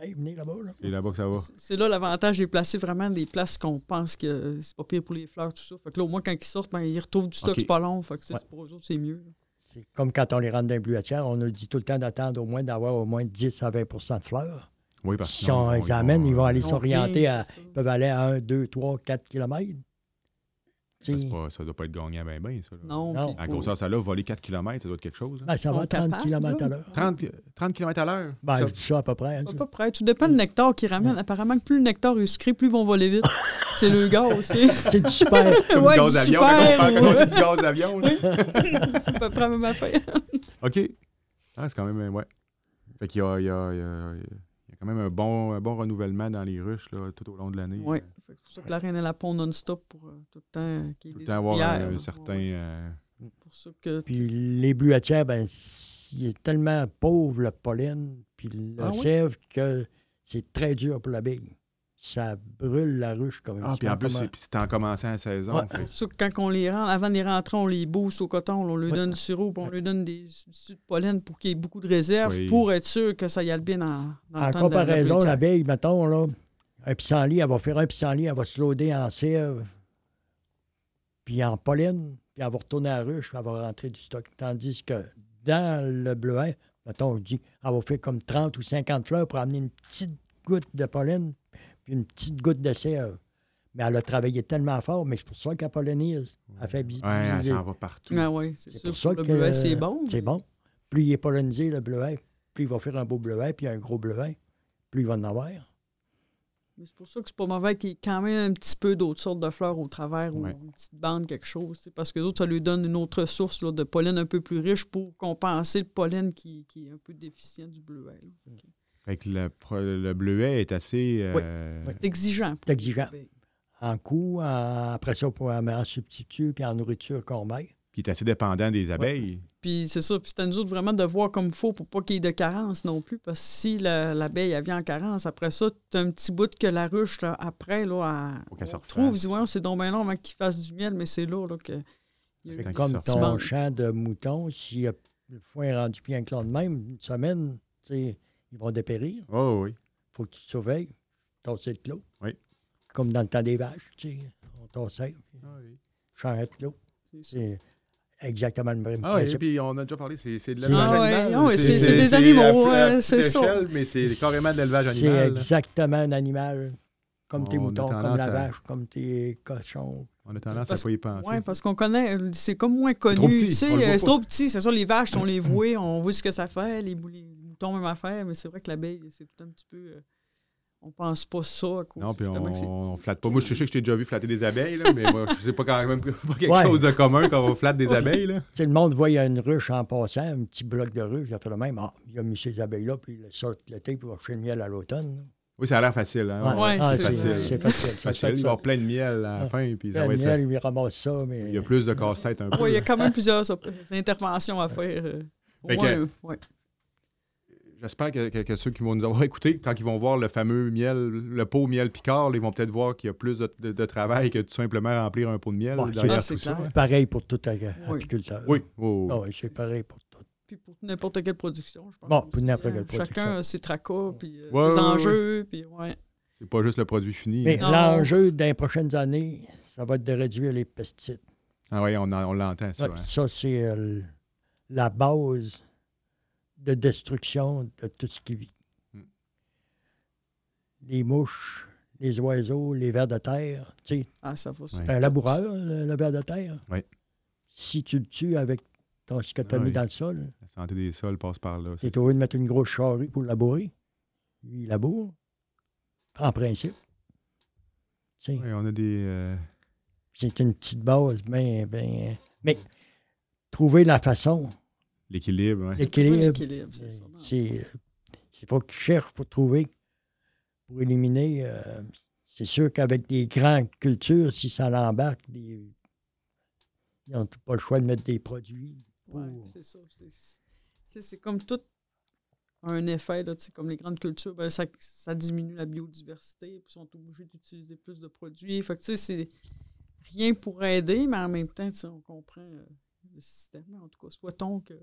Hey, venez là-bas, là.
Et là-bas que ça va.
C'est- C'est là l'avantage des placer vraiment des places qu'on pense que euh, c'est pas pire pour les fleurs, tout ça. Fait que là, au moins, quand ils sortent, ben, ils retrouvent du stock,
OK.
c'est pas long. Fait que c'est-
Ouais.
c'est pour eux autres, c'est mieux.
C'est comme quand on les rentre dans les bluetières, on nous dit tout le temps d'attendre au moins d'avoir au moins 10 à 20 de fleurs.
Oui, parce que
Si
sinon,
on
ils
les
vont-
amène, ils vont aller
euh,
Ils
s'orienter à. Ils peuvent aller à 1, 2, 3, 4 kilomètres.
Ça
Tu sais,
c'est pas- ça doit pas être gagnant bien, bien, ça. là.
Non,
Non.
puis
À
pour-
grosseur, ça là, voler 4 km, ça doit être quelque chose. là.
ben, ça
Ils
va
sont
30
capables,
km à
là.
l'heure.
30, 30 km à l'heure.
Ben,
ça-
je dis ça à peu près. hein,
À
tu-
peu près. Tout dépend du nectar qu'ils ramènent. Apparemment, que plus le nectar est sucré, plus ils vont voler vite. c'est le gars aussi.
C'est du super.
comme
ouais,
du gaz
du
d'avion,
super,
là, quand on parle- quand on
ouais.
dit du gaz d'avion. là.
à peu près la même affaire.
OK. Ah, c'est quand même. euh, Ouais. Fait qu'il y a, il y a- il y a- il y a quand même un bon, un bon renouvellement dans les ruches là, tout au long de l'année.
Oui. C'est pour ça que la reine elle la pond non-stop pour euh, tout le temps euh, qu'il y ait
Tout le
des
temps avoir
ouvrières,
un,
là.
certain.
Ouais.
euh,
Pour ça que
Puis les bluetières, ben, s- il est tellement pauvre le pollen, puis le
Ah oui?
sève, que c'est très dur pour l'abeille. Ça brûle la ruche comme
Ah, puis en plus, c'est, puis c'est en commençant la saison.
Ouais.
fait-
Pour ça que quand on les rend, avant de les rentrer, on les booste au coton, là, on lui
Ouais.
donne du sirop, puis on lui donne des substituts de pollen pour qu'il y ait beaucoup de réserves,
Oui.
pour être sûr que ça y aille bien dans, dans
En
le temps de la- de la
comparaison,
blutière.
l'abeille, mettons, là, un pissenlit, elle va faire un pissenlit, elle va se loader en sève, puis en pollen, puis elle va retourner à la ruche, puis elle va rentrer du stock. Tandis que dans le bleuet, mettons, on dit, elle va faire comme 30 ou 50 fleurs pour amener une petite goutte de pollen, puis une petite goutte de sève. Mais elle a travaillé tellement fort, mais c'est pour ça qu'elle pollinise. Elle fait bi-
Ouais, elle
diviser.
s'en va partout.
Ah ouais, c'est
C'est
sûr.
pour ça
le
que euh,
bleuet, c'est bon.
C'est bon. Plus il est pollinisé, le bleuet, plus il va faire un beau bleuet, puis un gros bleuet, plus il va en avoir.
Mais c'est pour ça que c'est pas mauvais qu'il y ait quand même un petit peu d'autres sortes de fleurs au travers
Ouais.
ou une petite bande, quelque chose. c'est Parce que d'autres, ça lui donne une autre source là, de pollen un peu plus riche pour compenser le pollen qui, qui est un peu déficient du bleuet. là.
Fait que le, pro- le bleuet est assez.
Oui,
euh,
C'est exigeant. Ben, pour
C'est exigeant.
le bébé.
En coût, en- après ça, pour, en substitut, puis en nourriture qu'on met.
Puis il est assez dépendant des abeilles.
Puis c'est ça. Puis c'est à nous autres vraiment de voir comme il faut pour pas qu'il y ait de carence non plus. Parce que si la- l'abeille, elle vient en carence, après ça, tu as un petit bout que la ruche, là, après, là, elle,
Faut qu'elle se
on trouve,
refasse.
dis, voyons, c'est donc bien long avant qu'il fasse du miel, mais c'est là, là que. il y a eu-
Fait Quand
Comme
ils sortent.
ton
Manque.
champ de moutons, si euh, le foin est rendu bien clan de même, une semaine, tu sais, ils vont dépérir.
Oh oui.
faut que tu te surveilles. Tasser le clos.
Oui.
Comme dans le temps des vaches, tu sais. On tassait, puis charrette clos.
C'est ça.
C'est exactement le même
Ah oui,
principe.
puis on a déjà parlé, c'est c'est de
C'est-
l'élevage
Ah ouais,
animal.
ah ouais, c'est- c'est des
à
animaux,
plus- à
ouais,
petite
c'est ça.
échelle, Mais c'est carrément de l'élevage
C'est
animal. là.
exactement un animal. Comme tes
On a
moutons, comme
tendance
la
à-
vache, comme tes cochons.
On a tendance à
parce-
pas y penser.
Oui, parce qu'on connaît, euh, c'est comme moins connu.
trop petit,
Tu sais,
on le voit
euh,
pas.
c'est trop petit, c'est ça, les vaches, on les voit, on voit ce que ça fait, les, bou- les moutons, même affaire, mais c'est vrai que l'abeille, c'est peut-être un petit peu. euh, on pense pas ça à cause
Non, puis on,
justement que c'est
on
petit.
flatte pas. Moi, je sais que je t'ai déjà vu flatter des abeilles, là, mais moi, je sais pas quand même pas quelque
Ouais.
chose de commun quand on flatte des abeilles. Là.
Tu sais, le monde voit, il y a une ruche en passant, un petit bloc de ruche, il a fait le même. Ah, il a mis ses abeilles-là, puis il le sort l'été, puis il va chercher le miel à l'automne.
Oui, ça a l'air facile. Hein?
Ouais,
Ah,
c'est facile.
C'est facile.
Facile, il va y avoir plein de miel à la
Ah.
fin, puis ça
Le
va être-
miel, il ramasse ça, mais...
Il y a plus de casse-tête un peu.
Oui, il y a quand même plusieurs ça, interventions à faire. euh, au
Fait que-
moins, euh, ouais.
J'espère que, que- que ceux qui vont nous avoir écoutés, quand ils vont voir le fameux miel, le pot miel Picard, ils vont peut-être voir qu'il y a plus de, de- de travail que tout simplement remplir un pot de miel
Ouais, c'est-
derrière tout
Ah, c'est
ça.
clair.
hein.
Pareil pour tout ag-
Oui.
agriculteur.
Oui, oui, oui.
Ah oui, c'est pareil pour tout.
Puis pour n'importe quelle production, je pense.
Bon, pour
aussi,
n'importe
hein.
quelle production.
Chacun a ses tracas, puis euh,
Ouais, ouais,
ses
ouais,
enjeux, puis ouais.
c'est pas juste le produit fini.
Mais
hein.
Non.
l'enjeu dans les prochaines années, ça va être de réduire les pesticides.
Ah oui, on, en- on l'entend, ça.
Ouais,
hein.
Ça, c'est euh, l- la base de destruction de tout ce qui vit.
Hmm.
Les mouches, les oiseaux, les vers de terre. Tu sais,
Ah, ça va. ça.
Ouais.
t'es un laboureur, le, le ver de terre.
Oui.
Si tu le tues avec ton, ce que tu as
Ah
mis
oui.
dans le sol,
La santé des sols passe par là.
tu
ça.
es obligé de mettre une grosse charrue pour labourer. Lui, il laboure. En principe. Tu sais,
Ouais, on a des. euh,
C'est une petite base, mais, ben, mais trouver la façon,
L'équilibre, ouais.
Trouver
l'équilibre,
l'équilibre, c'est ça.
Euh, c'est c'est faut qu'ils cherchent pour trouver, pour éliminer. euh, c'est sûr qu'avec des grandes cultures, si ça l'embarque, des- ils n'ont pas le choix de mettre des produits.
Ouais,
pour-
c'est ça. c'est- c'est- C'est c'est comme tout un effet, là, tu sais, comme les grandes cultures, ben, ça, ça diminue la biodiversité, puis ils sont obligés d'utiliser plus de produits. Fait que, tu sais, c'est rien pour aider, mais en même temps, tu sais, on comprend euh, le système. En tout cas, souhaitons que-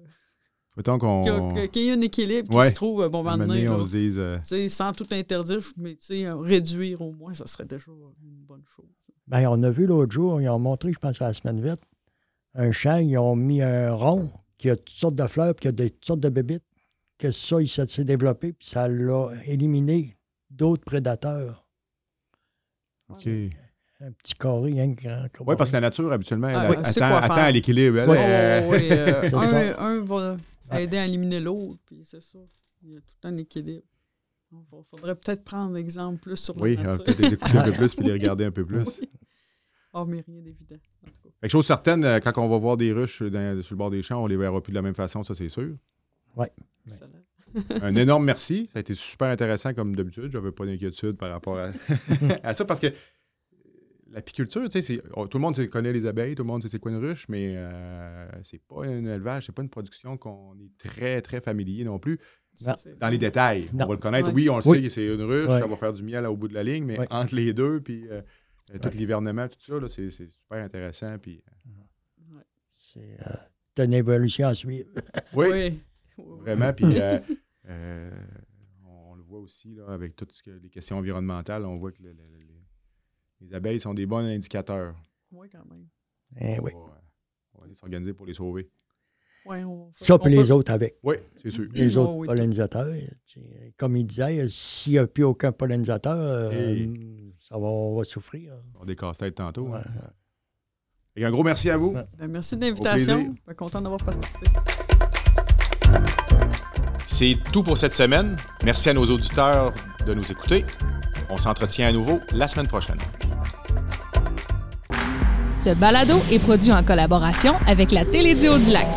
Mettons qu'on.
que- que- qu'il y ait un équilibre qui
Ouais.
se trouve à bon
à un
moment
moment
donné.
donné,
là.
on se dise. euh,
Tu sais, sans tout interdire, je- mais tu sais, euh, réduire au moins, ça serait déjà une bonne chose.
Ben, on a vu l'autre jour, ils ont montré, je pense, à la semaine verte, un champ, ils ont mis un rond qui a toutes sortes de fleurs, puis qui a des toutes sortes de bébites, que ça, il s'est s'est développé, puis ça l'a éliminé d'autres prédateurs.
OK.
Ouais,
Oui,
Un petit carré, un grand. comme on
parce que la
dit.
nature, habituellement, elle,
Ah,
a-
elle sait
attend,
quoi faire.
attend à l'équilibre. elle,
Ouais.
euh,
Oh, oui, euh,
C'est ça.
un, un va
Ouais.
aider à éliminer l'autre, puis c'est ça. Il y a tout un équilibre. Il faudrait peut-être prendre exemple plus sur
Oui,
la
euh,
nature.
peut-être les écouter un peu plus puis les regarder un peu plus.
Oh, mais rien d'évident. en tout cas.
Fait que chose certaine, euh, quand on va voir des ruches dans- sur le bord des champs, on les verra plus de la même façon, ça c'est sûr.
Ça a l'air.
Un énorme merci. Ça a été super intéressant comme d'habitude. Je n'avais pas d'inquiétude par rapport à, à ça parce que l'apiculture, tu sais, c'est- oh, tout le monde sait- connaît les abeilles, tout le monde sait c'est quoi une ruche, mais euh, c'est pas un élevage, c'est pas une production qu'on est très, très familier non plus.
Non. Ah.
C'est-
Dans les détails,
Non.
on va le connaître.
Ouais.
Oui, on le
Oui.
sait, c'est une ruche,
Ouais.
ça va faire du miel au bout de la ligne, mais
Ouais.
entre les deux, puis euh, euh, tout
Ouais.
l'hivernement, tout ça, là, c'est c'est super intéressant. Puis, euh,
C'est euh, t'as une évolution à suivre.
Oui,
Oui. Oui, oui.
Vraiment, puis euh, euh, on le voit aussi là, avec toutes ce que- les questions environnementales, on voit que le- le- le- les- les abeilles sont des bons indicateurs.
Oui, quand même.
Eh oui.
On, va, on va aller s'organiser pour les sauver.
Ouais, on-
Ça,
on
puis
peut-
les autres avec.
Oui, c'est sûr.
Les
Oh,
autres
oui.
pollinisateurs. tu sais, Comme il disait, euh, s'il n'y a plus aucun pollinisateur, euh,
Et-
ça va, on va souffrir. hein.
On a des casse-têtes tantôt. hein.
Ouais.
Fait qu'un gros merci à vous.
Ouais.
Ben, merci de
Au
l'invitation.
plaisir.
Ben, Content d'avoir participé.
C'est tout pour cette semaine. Merci à nos auditeurs de nous écouter. On s'entretient à nouveau la semaine prochaine.
Ce balado est produit en collaboration avec la Télédio du Lac.